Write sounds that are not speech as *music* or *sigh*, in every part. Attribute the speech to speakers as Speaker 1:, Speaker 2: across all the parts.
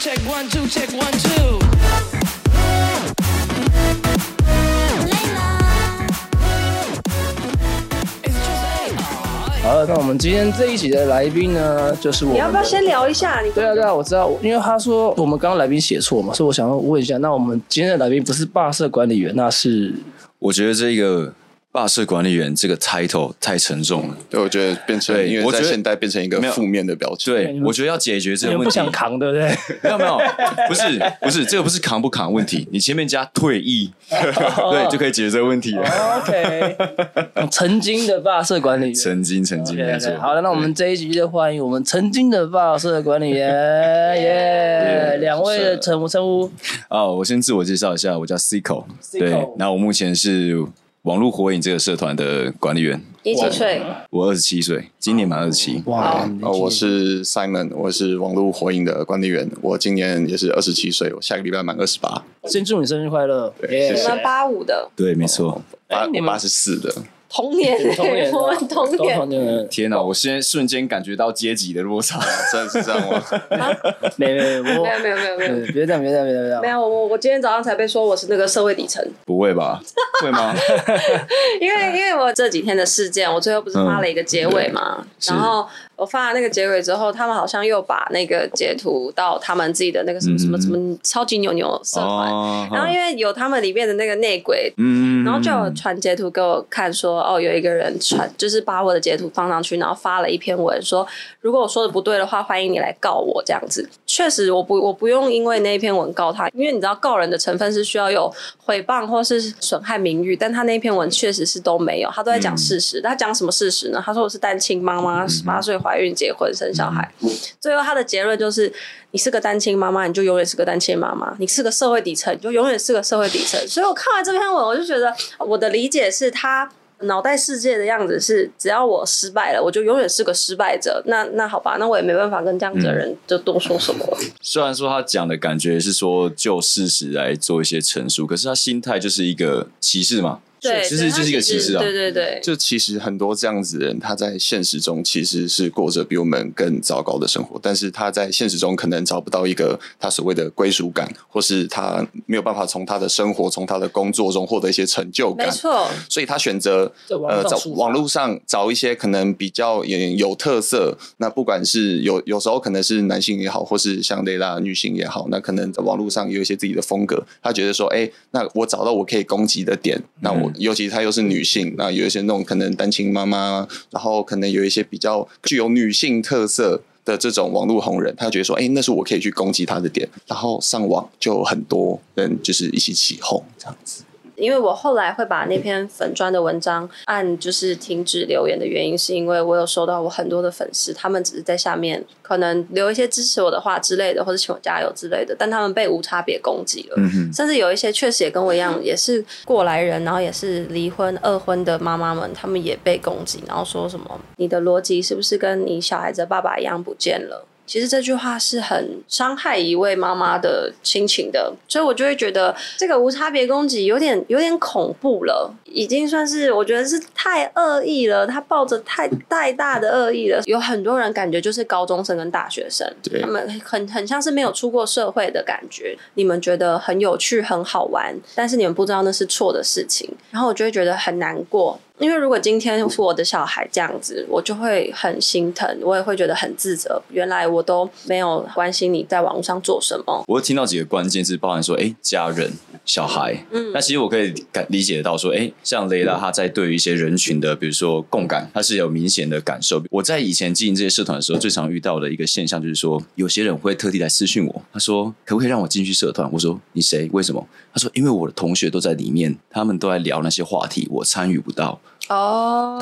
Speaker 1: Check one two, check one two.
Speaker 2: 累了。
Speaker 1: It's just
Speaker 3: 好，那我们今天这一集的来宾呢，就是我
Speaker 4: 你
Speaker 3: 们
Speaker 4: 要不要
Speaker 3: 的
Speaker 4: 先聊一下？你
Speaker 3: 对啊，对啊，我知道，因为他说我们刚刚来宾写错嘛，所以我想要问一下，那我们今天的来宾不是霸社管理员，那是
Speaker 5: 我觉得这个霸社管理员这个 title 太沉重了。
Speaker 6: 对，我觉得变成，
Speaker 5: 对
Speaker 6: 因为
Speaker 5: 我觉
Speaker 6: 在
Speaker 5: 得
Speaker 6: 现代变成一个
Speaker 5: 没有
Speaker 6: 负面的标签。
Speaker 5: 对，我觉得要解决这
Speaker 3: 你
Speaker 5: 个
Speaker 3: 们
Speaker 5: 问
Speaker 3: 不
Speaker 5: 题，
Speaker 3: 想扛，对不对？
Speaker 5: 没有没有，不是不是，这个不是扛不扛问题，你前面加退役，
Speaker 4: 哦
Speaker 5: *laughs* 对，就可以解决这个问题了。
Speaker 3: OK，曾经的霸社管理员。
Speaker 5: 曾经曾经
Speaker 3: OK，
Speaker 5: 没错，
Speaker 3: 好了，那我们这一集就欢迎我们曾经的霸社管理员，耶！两位的称呼称呼，
Speaker 5: 哦，我先自我介绍一下，我叫 Cico，
Speaker 3: Cico
Speaker 5: 对，那我目前是网络火影这个社团的管理员，
Speaker 4: 你几岁？
Speaker 5: 我二十七岁，今年满二十七，
Speaker 4: 啊
Speaker 3: 哇，
Speaker 6: 呃，我是 Simon，我是网络火影的管理员，我今年也是二十七岁，我下个礼拜满二十八，
Speaker 3: 先祝你生日快乐，耶
Speaker 6: 谢
Speaker 4: 你！们八五的
Speaker 5: 对，没错。
Speaker 6: 八
Speaker 3: 你们
Speaker 6: 啊八十四的，
Speaker 4: 童年欸，
Speaker 3: 童年啊，
Speaker 4: *laughs* 我们童
Speaker 3: *laughs* 都
Speaker 4: 年
Speaker 3: 童，年，
Speaker 5: 天哪！我现在瞬间感觉到阶级的落差。
Speaker 6: 真的是
Speaker 5: *laughs*
Speaker 6: 这样吗？
Speaker 3: 没没没，我
Speaker 4: 没有没有没有没有
Speaker 3: 对别这样，别这样，别这样别这样
Speaker 4: 没。有，我我今天早上才被说我是那个社会底层，
Speaker 5: 不
Speaker 4: *laughs*
Speaker 5: 会吧？会吗？
Speaker 3: 嗯
Speaker 4: 因为因为我这几天的事件，我最后不是发了一个结尾嘛，
Speaker 3: 嗯
Speaker 5: 是
Speaker 4: 然后我发了那个结尾之后，他们好像又把那个截图到他们自己的那个
Speaker 3: 嗯
Speaker 4: 什么什么什么超级牛牛社团，
Speaker 5: 哦
Speaker 4: 然后因为有他们里面的那个内鬼
Speaker 5: 嗯
Speaker 4: 然后就有传截图给我看说，哦，有一个人传，就是把我的截图放上去，然后发了一篇文说，如果我说的不对的话，欢迎你来告我这样子。确实，我不我不用因为那一篇文告他，因为你知道告人的成分是需要有诽谤或是损害名誉，但他那篇文确实是都没有，他都在讲事实。他讲什么事实呢？他说我是单亲妈妈，十八岁怀孕结婚生小孩，最后他的结论就是。你是个单亲妈妈，你就永远是个单亲妈妈；你是个社会底层，你就永远是个社会底层。所以我看完这篇文，我就觉得哦我的理解是他。脑袋世界的样子是，只要我失败了，我就永远是个失败者。那 *laughs* 那好吧，那我也没办法跟这样子的人就多说什么了。
Speaker 5: 虽然说他讲的感觉是说就事实来做一些陈述，可是他心态就是一个歧视嘛。
Speaker 4: 对，
Speaker 5: 其实
Speaker 4: 对
Speaker 5: 就是一个
Speaker 4: 他其
Speaker 5: 歧视啊。
Speaker 4: 对对对，
Speaker 6: 就其实很多这样子的人，他在现实中其实是过着比我们更糟糕的生活，但是他在现实中可能找不到一个他所谓的归属感，或是他没有办法从他的生活、从他的工作中获得一些成就
Speaker 4: 没
Speaker 6: 感。
Speaker 4: 错，
Speaker 6: 所以他选择
Speaker 3: 在网
Speaker 6: 呃
Speaker 3: 上
Speaker 6: 找
Speaker 3: 抒发
Speaker 6: 网络上找一些可能比较有有特色，那不管是有有时候可能是男性也好，或是像蕾拉女性也好，那可能在网络上有一些自己的风格，他觉得说，哎、那我找到我可以攻击的点，那我、尤其她又是女性，那有一些那种可能单亲妈妈，然后可能有一些比较具有女性特色。的这种网络红人，他觉得说，哎、那是我可以去攻击他的点，然后上网就很多人就是一起起哄这样子。
Speaker 4: 因为我后来会把那篇粉砖的文章按就是停止留言的原因，是因为我有收到我很多的粉丝，他们只是在下面可能留一些支持我的话之类的，或者请我加油之类的，但他们被无差别攻击了。
Speaker 5: 嗯哼，
Speaker 4: 甚至有一些确实也跟我一样，也是过来人，然后也是离婚、二婚的妈妈们，他们也被攻击，然后说什么你的逻辑是不是跟你小孩子的爸爸一样不见了？其实这句话是很伤害一位妈妈的心情的，所以我就会觉得这个无差别攻击有点有点恐怖了，已经算是我觉得是太恶意了，他抱着太太大的恶意了。有很多人感觉就是高中生跟大学生，
Speaker 6: 对
Speaker 4: 他们很很像是没有出过社会的感觉。你们觉得很有趣、很好玩，但是你们不知道那是错的事情，然后我就会觉得很难过。因为如果今天是我的小孩这样子，我就会很心疼，我也会觉得很自责。原来我都没有关心你在网络上做什么，
Speaker 5: 我听到几个关键字，包含说，哎、家人、小孩。嗯，那其实我可以感理解得到说，哎、像雷拉他在对于一些人群的，比如说共感，他是有明显的感受。我在以前经营这些社团的时候，最常遇到的一个现象就是说，有些人会特地来私讯我，他说可不可以让我进去社团？我说你谁？为什么？他说因为我的同学都在里面，他们都在聊那些话题，我参与不到。
Speaker 4: 哦，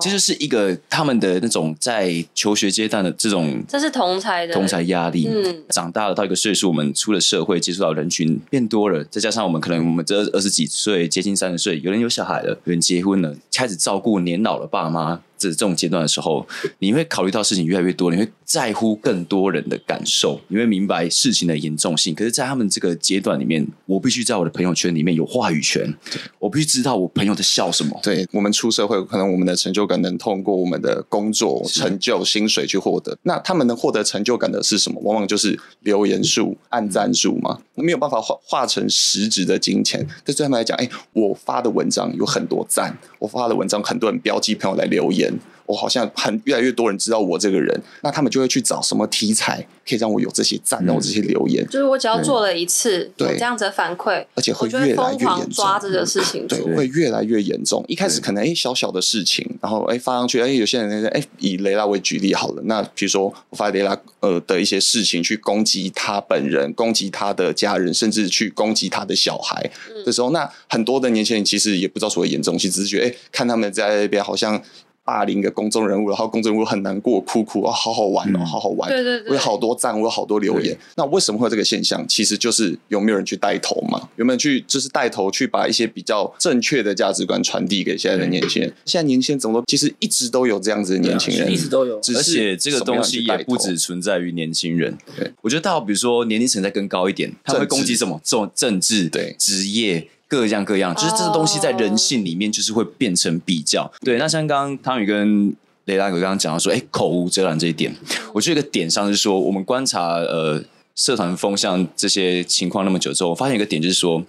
Speaker 5: 这就是一个他们的那种在求学阶段的这种
Speaker 4: 这是同才的
Speaker 5: 同才压力。
Speaker 4: 嗯
Speaker 5: 长大了到一个岁数，我们出了社会，接触到人群变多了，再加上我们可能我们这二十几岁，接近三十岁，有人有小孩了，有人结婚了，开始照顾年老的爸妈。这这种阶段的时候，你会考虑到事情越来越多，你会在乎更多人的感受，你会明白事情的严重性。可是，在他们这个阶段里面，我必须在我的朋友圈里面有话语权，我必须知道我朋友在笑什么。
Speaker 6: 对我们出社会，可能我们的成就感能通过我们的工作成就、薪水去获得。那他们能获得成就感的是什么？往往就是留言数、按赞数嘛，没有办法化化成实质的金钱。但对他们来讲，哎、我发的文章有很多赞，我发的文章很多人标记朋友来留言，我好像很越来越多人知道我这个人，那他们就会去找什么题材可以让我有这些赞，让我这些留言。
Speaker 4: 就是我只要做了一次，
Speaker 6: 嗯对
Speaker 4: 有这样子的反馈，
Speaker 6: 而且会
Speaker 4: 我就会
Speaker 6: 越来
Speaker 4: 疯
Speaker 6: 越
Speaker 4: 狂
Speaker 6: 严重嗯
Speaker 4: 抓这个事情做
Speaker 6: 对，。会越来越严重。一开始
Speaker 5: 对
Speaker 6: 可能哎小小的事情，然后哎发上去，哎有些人哎以雷拉为举例好了，那比如说我发雷拉呃的一些事情去攻击他本人，攻击他的家人，甚至去攻击他的小孩。
Speaker 4: 嗯
Speaker 6: 这时候，那很多的年轻人其实也不知道所谓严重性，只是觉得哎看他们在那边好像。霸凌一个公众人物，然后公众人物很难过，哭哭啊、好好玩哦，
Speaker 5: 嗯
Speaker 6: 好好玩，
Speaker 4: 对对对
Speaker 6: 我有好多赞，我有好多留言
Speaker 5: 对。
Speaker 6: 那为什么会有这个现象？其实就是有没有人去带头嘛？有没有去就是带头去把一些比较正确的价值观传递给现在的年轻人？现在年轻人怎么都其实一直都有这样子的年轻人，
Speaker 3: 一直都有。
Speaker 6: 只是
Speaker 5: 而且这个东西也不只存在于年轻人
Speaker 6: 对，
Speaker 5: 我觉得到比如说年龄层再更高一点，他们会
Speaker 6: 政治
Speaker 5: 攻击什么？政政治、
Speaker 6: 对
Speaker 5: 职业。各样各样，就是这个东西在人性里面，就是会变成比较。对，那像刚刚汤宇跟雷拉哥刚刚讲到说，哎，口无遮拦这一点，我觉得一个点上是说，我们观察呃社团风向这些情况那么久之后，我发现一个点就是说，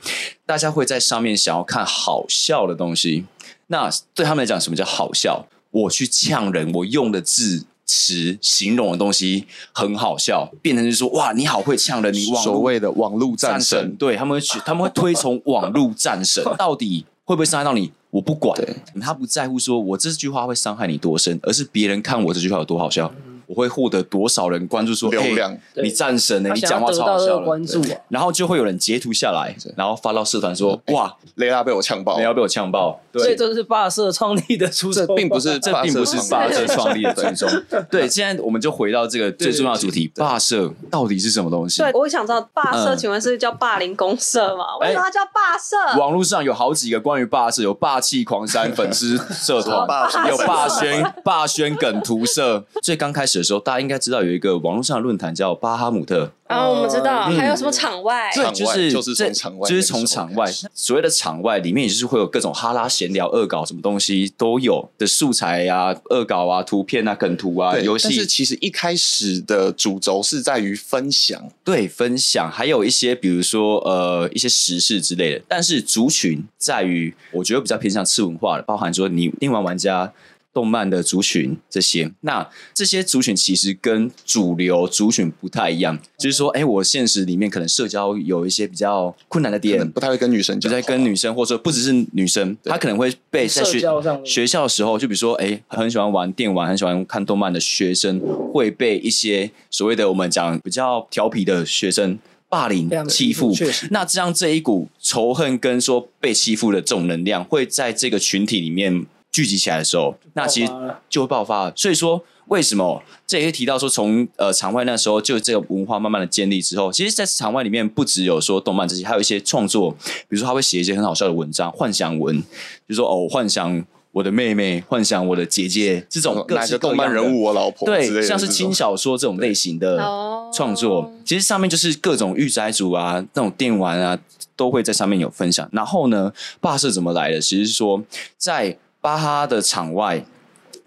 Speaker 5: 大家会在上面想要看好笑的东西，那对他们来讲，什么叫好笑？我去呛人，我用的字词形容的东西很好笑，变成是说哇，你好会呛人，你网
Speaker 6: 所
Speaker 5: 络
Speaker 6: 谓的网络战
Speaker 5: 战
Speaker 6: 神
Speaker 5: 神，。对他们会去，他们会推崇网络战
Speaker 6: *laughs*
Speaker 5: 神，到底会不会伤害到你？我不管，他不在乎说我这句话会伤害你多深，而是别人看我这句话有多好笑，
Speaker 3: 嗯
Speaker 5: 我会获得多少人关注说
Speaker 6: 流量
Speaker 5: 嘿你战神呢、
Speaker 3: 他
Speaker 5: 你
Speaker 3: 想
Speaker 5: 讲
Speaker 3: 要
Speaker 5: 话
Speaker 3: 得
Speaker 5: 超好
Speaker 3: 到这
Speaker 5: 笑
Speaker 3: 个
Speaker 5: 的
Speaker 3: 关注啊，
Speaker 5: 然后就会有人截图下来，然后发到社团
Speaker 6: 嗯
Speaker 5: 说
Speaker 6: 哎
Speaker 5: 哇，
Speaker 6: 雷拉被我呛爆
Speaker 5: 你，要被我呛爆，对
Speaker 3: 所以这是霸社创立的初衷
Speaker 6: 这
Speaker 3: 啊，
Speaker 6: 并不是
Speaker 5: 这并不是
Speaker 6: 霸
Speaker 5: 霸
Speaker 6: 社
Speaker 5: 社创立的初衷。 *laughs* 对，现在我们就回到这个最重要的主题：霸社到底是什么东西？
Speaker 4: 对，我想知道霸社，
Speaker 5: 嗯哎
Speaker 4: 请问是叫霸凌公社吗？为什么它叫霸社？
Speaker 5: 网络上有好几个关于霸社，有霸气狂山粉丝社团
Speaker 6: 有 *laughs* 霸什么，
Speaker 5: 有霸
Speaker 6: *laughs*
Speaker 5: 宣、霸宣梗图社。最刚开始的时候，大家应该知道有一个网络上的论坛叫巴哈姆特，
Speaker 4: 啊，我们知道，
Speaker 5: 嗯
Speaker 4: 还有什么场外？
Speaker 5: 对，
Speaker 6: 场
Speaker 5: 就
Speaker 6: 外
Speaker 5: 是
Speaker 6: 就是
Speaker 5: 这
Speaker 6: 从场外
Speaker 5: 就是
Speaker 6: 那个
Speaker 5: 从
Speaker 6: 时候
Speaker 5: 场外。所谓的场外里面，也就是会有各种哈拉闲聊、恶搞什么东西都有的素材啊、恶搞啊、图片啊、梗图啊、
Speaker 6: 对，
Speaker 5: 游
Speaker 6: 但
Speaker 5: 戏
Speaker 6: 是其实一开始的主轴是在于分享，
Speaker 5: 对分享，还有一些比如说呃一些时事之类的。但是族群在于，我觉得比较偏向次文化的，包含说你另外玩家。动漫的族群这些，那这些族群其实跟主流族群不太一样，就是说，哎、我现实里面可能社交有一些比较困难的
Speaker 6: 可
Speaker 5: 点
Speaker 6: 能，不太会跟女生
Speaker 5: 就
Speaker 6: 讲
Speaker 5: 在
Speaker 6: 话，
Speaker 5: 跟女生，或者说不只是女生，她可能会被在学
Speaker 3: 社交上面
Speaker 5: 学校的时候，就比如说，哎，很喜欢玩电玩，很喜欢看动漫的学生，会被一些所谓的我们讲比较调皮的学生霸凌
Speaker 3: 非常、
Speaker 5: 欺负
Speaker 3: 确实。
Speaker 5: *laughs* 那这样这一股仇恨跟说被欺负的这种能量，会在这个群体里面聚集起来的时候，那其
Speaker 3: 爆
Speaker 5: 实
Speaker 3: 发了
Speaker 5: 就会爆发了。所以说，为什么这也提到说从呃场外那时候就这个文化慢慢的建立之后，其实，在场外里面不只有说动漫这些，还有一些创作，比如说他会写一些很好笑的文章，幻想文，就说哦，我幻想我的妹妹，幻想我的姐姐，这种各
Speaker 6: 哪
Speaker 5: 式
Speaker 6: 个
Speaker 5: 各
Speaker 6: 动漫
Speaker 5: 样的
Speaker 6: 人物，我老婆之类
Speaker 5: 对，
Speaker 6: 的
Speaker 5: 像
Speaker 6: 这
Speaker 5: 是
Speaker 6: 种
Speaker 5: 轻小说这种类型的
Speaker 4: 哦
Speaker 5: 创作，其实上面就是各种御宅族啊、那种电玩啊，都会在上面有分享。然后呢，霸社怎么来的？其实是说在巴哈的场外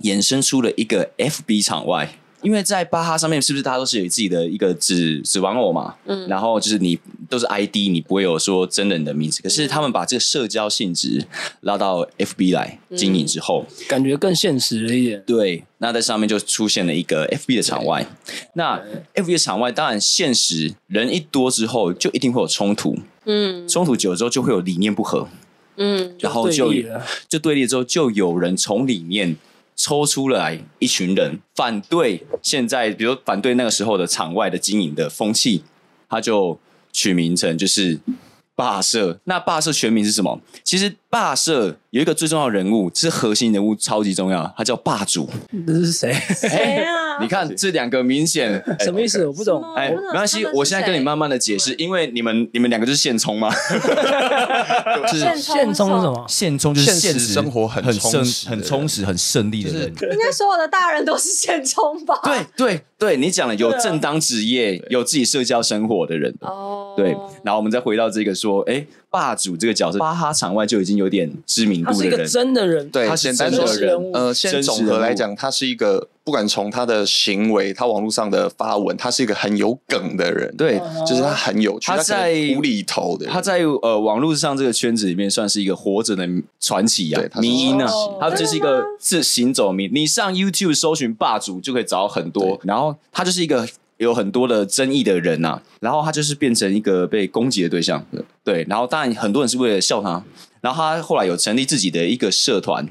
Speaker 5: 衍生出了一个 FB 场外。因为在巴哈上面，是不是大家都是有自己的一个纸纸玩偶嘛？嗯，然后就是你都是 ID，你不会有说真人的名字。可是他们把这个社交性质拉到 FB 来经营之后，
Speaker 3: 感觉更现实了一点。
Speaker 5: 对，那在上面就出现了一个 FB 的场外。那 FB 的场外，当然现实人一多之后，就一定会有冲突，
Speaker 4: 嗯
Speaker 5: 冲突久了之后就会有理念不合，
Speaker 4: 嗯，
Speaker 5: 然后就
Speaker 3: 对立了
Speaker 5: 就对立之后，就有人从里面抽出来一群人反对现在，比如反对那个时候的场外的经营的风气，他就取名成就是霸社。那霸社全名是什么？其实霸社有一个最重要的人物，是核心人物，超级重要，他叫霸主。
Speaker 3: 这是谁？
Speaker 4: 谁啊？
Speaker 5: 哎你看这两个明
Speaker 6: *laughs*
Speaker 5: 显
Speaker 3: 什么意思？我不懂。
Speaker 5: 哎，
Speaker 4: 什么
Speaker 5: 没关系
Speaker 4: 他，们是
Speaker 5: 我现在跟你
Speaker 4: 谁
Speaker 5: 慢慢的解释，因为你们你们两个就是现充嘛，
Speaker 6: 就是
Speaker 4: 现
Speaker 7: 充
Speaker 4: 充
Speaker 7: 是什么？
Speaker 8: 现充就是
Speaker 6: 现实
Speaker 8: 现实
Speaker 6: 生活很
Speaker 8: 很
Speaker 6: 充
Speaker 8: 胜
Speaker 6: 实的
Speaker 8: 很
Speaker 6: 人
Speaker 8: 充实、很胜利的人。
Speaker 4: 应该所有的大人都是现充吧？
Speaker 5: 对对对，你讲了有正当职业、有自己社交生活的人，
Speaker 4: 哦，
Speaker 5: 对。然后我们再回到这个说，哎，霸主这个角色，巴哈场外就已经有点知名
Speaker 3: 他
Speaker 5: 度
Speaker 3: 是
Speaker 5: 的
Speaker 3: 一个
Speaker 5: 人，
Speaker 3: 真的人，
Speaker 6: 对
Speaker 5: 他是
Speaker 6: 简单
Speaker 5: 真
Speaker 6: 说
Speaker 5: 的
Speaker 3: 真实
Speaker 5: 人
Speaker 3: 人物
Speaker 6: 呃，现在
Speaker 5: 真实
Speaker 6: 总和
Speaker 5: 人
Speaker 6: 来
Speaker 5: 物
Speaker 6: 讲，他是一个不管从他的行为，他网络上的发文，他是一个很有梗的人，
Speaker 5: 对
Speaker 6: 就是他很有趣，
Speaker 5: 他
Speaker 6: 可能
Speaker 5: 在
Speaker 6: 无厘头的人，
Speaker 5: 他在呃网络上这个圈子里面算是一个活着的传奇啊
Speaker 6: 对，他是
Speaker 5: 迷因啊
Speaker 3: 哦，
Speaker 5: 他就是一个是行走迷。你上 YouTube 搜寻霸主就可以找到很多
Speaker 6: 对，
Speaker 5: 然后他就是一个有很多的争议的人呐、啊，然后他就是变成一个被攻击的对象，对，然后当然很多人是为了笑他。然后他后来有成立自己的一个社团，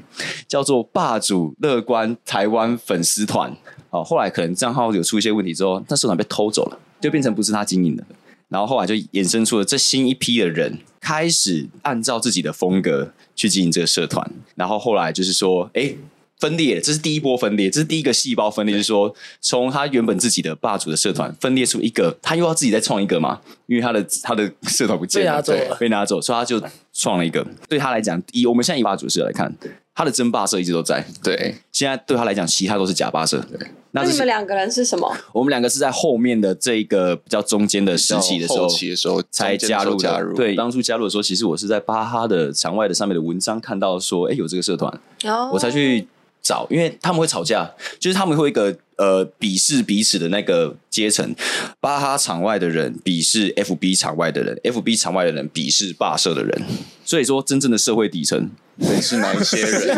Speaker 5: 叫做“霸主乐观台湾粉丝团”。哦，后来可能账号有出一些问题之后，那社团被偷走了，就变成不是他经营的。然后后来就衍生出了这新一批的人开始按照自己的风格去经营这个社团，然后后来就是说，哎。分裂，这是第一波分裂，这是第一个细胞分裂，就是说，从他原本自己的霸主的社团分裂出一个，他又要自己再创一个嘛，因为他的他的社团不见
Speaker 3: 被拿
Speaker 5: 了，
Speaker 3: 走了
Speaker 5: 对被拿走，所以他就创了一个。对他来讲，以我们现在以霸主社来看，他的争霸社一直都在，
Speaker 6: 对
Speaker 5: 现在对他来讲，其他都是假霸社。那
Speaker 4: 那
Speaker 5: 这
Speaker 4: 你
Speaker 5: 是
Speaker 4: 们两个人是什么？
Speaker 5: 我们两个是在后面的这一个比较中间的时期的时
Speaker 6: 后
Speaker 5: 候，
Speaker 6: 期的时候
Speaker 5: 才
Speaker 6: 中间
Speaker 5: 加
Speaker 6: 的时候
Speaker 5: 入的
Speaker 6: 加入
Speaker 5: 对，当初加入的时候，其实我是在巴哈的场外的上面的文章看到说，哎，有这个社团，
Speaker 4: 哦
Speaker 5: 我才去找，因为他们会吵架，就是他们会有一个呃鄙视彼此的那个阶层，巴哈场外的人鄙视 FB 场外的人，FB 场外的人鄙视霸社的人，所以说真正的社会底层，
Speaker 6: 对是哪一些人？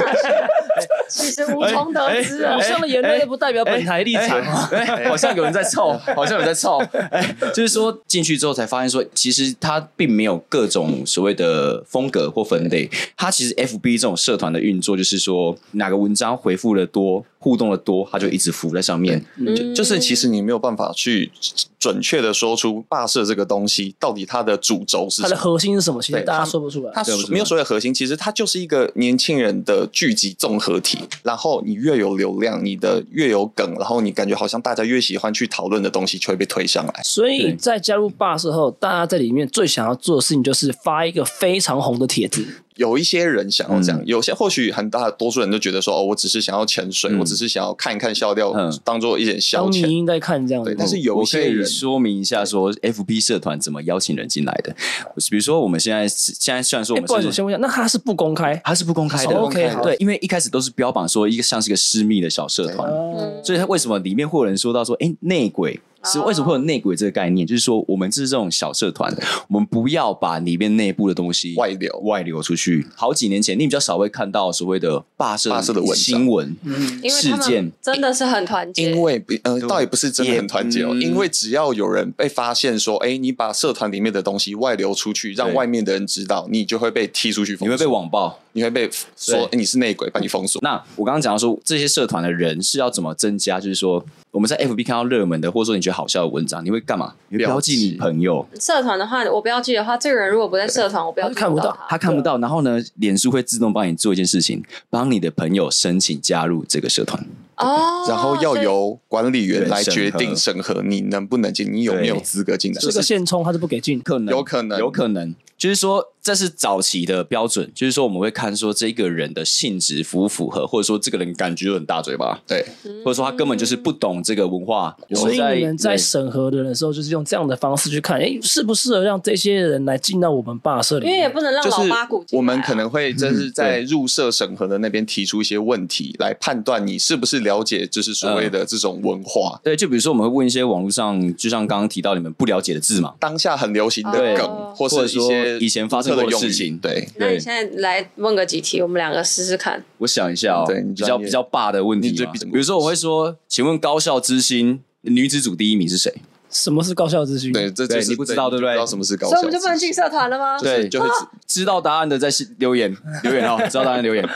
Speaker 4: 其实无从得知啊
Speaker 5: 哎
Speaker 3: 以。上的言论又不代表本台立场啊。
Speaker 5: 哎、 *laughs* 好像有人在凑，好像有人在凑。哎、就是说进去之后才发现说，其实它并没有各种所谓的风格或分类。它其实 FB 这种社团的运作，就是说哪个文章回复的多，互动的多，它就一直浮在上面。
Speaker 6: 嗯就就是其实你没有办法去准确的说出霸社这个东西到底它的主轴是
Speaker 3: 它
Speaker 6: 什
Speaker 3: 的
Speaker 6: 么。
Speaker 3: 核心是什么？其实
Speaker 6: 对
Speaker 3: 大家
Speaker 6: 它
Speaker 3: 说不出来。
Speaker 6: 它
Speaker 5: 对不是
Speaker 6: 没有所谓的核心，其实它就是一个年轻人的聚集综合体。然后你越有流量，你的越有梗，然后你感觉好像大家越喜欢去讨论的东西，就会被推上来。
Speaker 3: 所以在加入霸社后，大家在里面最想要做的事情就是发一个非常红的帖子，
Speaker 6: 有一些人想要这样，
Speaker 5: 嗯
Speaker 6: 有些或许很大多数人都觉得说，哦，我只是想要潜水，
Speaker 5: 嗯
Speaker 6: 我只是想要看一看笑料，
Speaker 5: 嗯
Speaker 6: 当做一点消
Speaker 3: 当你
Speaker 6: 遣。
Speaker 3: 应该看这样
Speaker 6: 对，
Speaker 3: 子。哎
Speaker 6: 但是有一
Speaker 5: 我可
Speaker 6: 些
Speaker 5: 以
Speaker 6: 人
Speaker 5: 说明一下，说 FB 社团怎么邀请人进来的。比如说，我们现在现在虽然说
Speaker 3: 哎，
Speaker 5: 我
Speaker 3: 不好意思，我
Speaker 5: 们是
Speaker 3: 先问一下，那它是不公开？
Speaker 5: 它是不公开的
Speaker 3: 哦，OK，好
Speaker 5: 对，因为一开始都是标榜说一个像是一个私密的小社团，
Speaker 3: 哦，
Speaker 4: 嗯
Speaker 5: 所以他为什么里面会有人说到说，哎，内鬼
Speaker 4: 哦
Speaker 5: 是为什么会有内鬼这个概念？就是说，我们这是这种小社团，我们不要把里面内部的东西
Speaker 6: 外流
Speaker 5: 外流出去。好几年前，你比较少会看到所谓的霸社
Speaker 6: 霸社的文章嗯
Speaker 5: 新闻
Speaker 4: 嗯因为
Speaker 5: 事
Speaker 4: 他们
Speaker 5: 件。
Speaker 4: 真的是很团结，
Speaker 6: 因为比呃，
Speaker 5: 对
Speaker 6: 倒也不是真的很团结哦，
Speaker 5: 也嗯
Speaker 6: 因为只要有人被发现说，哎，你把社团里面的东西外流出去，让
Speaker 5: 对
Speaker 6: 外面的人知道，你就会被踢出去封
Speaker 5: 你
Speaker 6: 锁，
Speaker 5: 会被网暴。
Speaker 6: 你会被说
Speaker 5: 对
Speaker 6: 哎你是内鬼，把你封锁。
Speaker 5: 那我刚刚讲到说，这些社团的人是要怎么增加？就是说，我们在 FB 看到热门的，或者说你觉得好笑的文章，你会干嘛？你会标记你朋友，
Speaker 4: 社团的话，我不要记的话，这个人如果不在社团，我不要
Speaker 3: 他就看不到
Speaker 4: 到
Speaker 5: 他看不到。然后呢，脸书会自动帮你做一件事情，帮你的朋友申请加入这个社团。
Speaker 4: 哦。
Speaker 6: 然后要
Speaker 4: 所以
Speaker 6: 由管理员
Speaker 5: 对
Speaker 6: 来
Speaker 5: 审
Speaker 6: 决
Speaker 5: 核
Speaker 6: 定审核你能不能进，你有没有
Speaker 5: 对
Speaker 6: 资格进来。
Speaker 3: 这个现充它是不给进。
Speaker 5: 可能
Speaker 6: 有可能
Speaker 5: 有可能，就是说这是早期的标准，就是说我们会看说这个人的性质符不符合，或者说这个人感觉就很大嘴巴，
Speaker 6: 对，
Speaker 5: 或者说他根本就是不懂这个文化。
Speaker 3: 所以你们在
Speaker 5: 对
Speaker 3: 审核的人的时候，就是用这样的方式去看，哎，适不适合让这些人来进到我们霸社里
Speaker 4: 因为也
Speaker 3: 面？
Speaker 4: 不能让
Speaker 6: 就
Speaker 4: 老
Speaker 6: 是
Speaker 4: 八股进来啊
Speaker 6: 我们可能会
Speaker 5: 嗯
Speaker 6: 就是在入社审核的那边提出一些问题，来判断你是不是了解，就是所
Speaker 5: 嗯
Speaker 6: 谓的这种文化。
Speaker 5: 对，就比如说我们会问一些网络上，就像刚刚提到你们不了解的字嘛，
Speaker 6: 当下很流行的
Speaker 4: 对
Speaker 6: 梗，或
Speaker 5: 或者
Speaker 6: 是一
Speaker 5: 说
Speaker 6: 些
Speaker 5: 以前发生
Speaker 6: 独特
Speaker 5: 过的
Speaker 6: 用
Speaker 5: 事
Speaker 6: 语
Speaker 5: 情
Speaker 6: 对，
Speaker 4: 那你
Speaker 5: 对
Speaker 4: 现在来问个几题，我们两个试试看。
Speaker 5: 我想一下哦，
Speaker 6: 对你
Speaker 5: 比
Speaker 6: 专
Speaker 5: 较
Speaker 6: 业
Speaker 5: 比较霸的问题
Speaker 6: 你最
Speaker 5: 嘛，
Speaker 6: 比较
Speaker 5: 比如说我会说，请问高校之星女子组第一名是谁？
Speaker 3: 什么是高效资讯？
Speaker 6: 对，这
Speaker 5: 嗯
Speaker 6: 就
Speaker 5: 对
Speaker 6: 是
Speaker 5: 你不知道对不对
Speaker 6: 你不知道什么是高
Speaker 4: 所以
Speaker 6: 效
Speaker 4: 我们就不能
Speaker 6: 知
Speaker 4: 进社团了吗？
Speaker 5: 对，
Speaker 6: 就会知
Speaker 5: 知道答案的在留言留言哦，知道答案留言。
Speaker 3: 啊，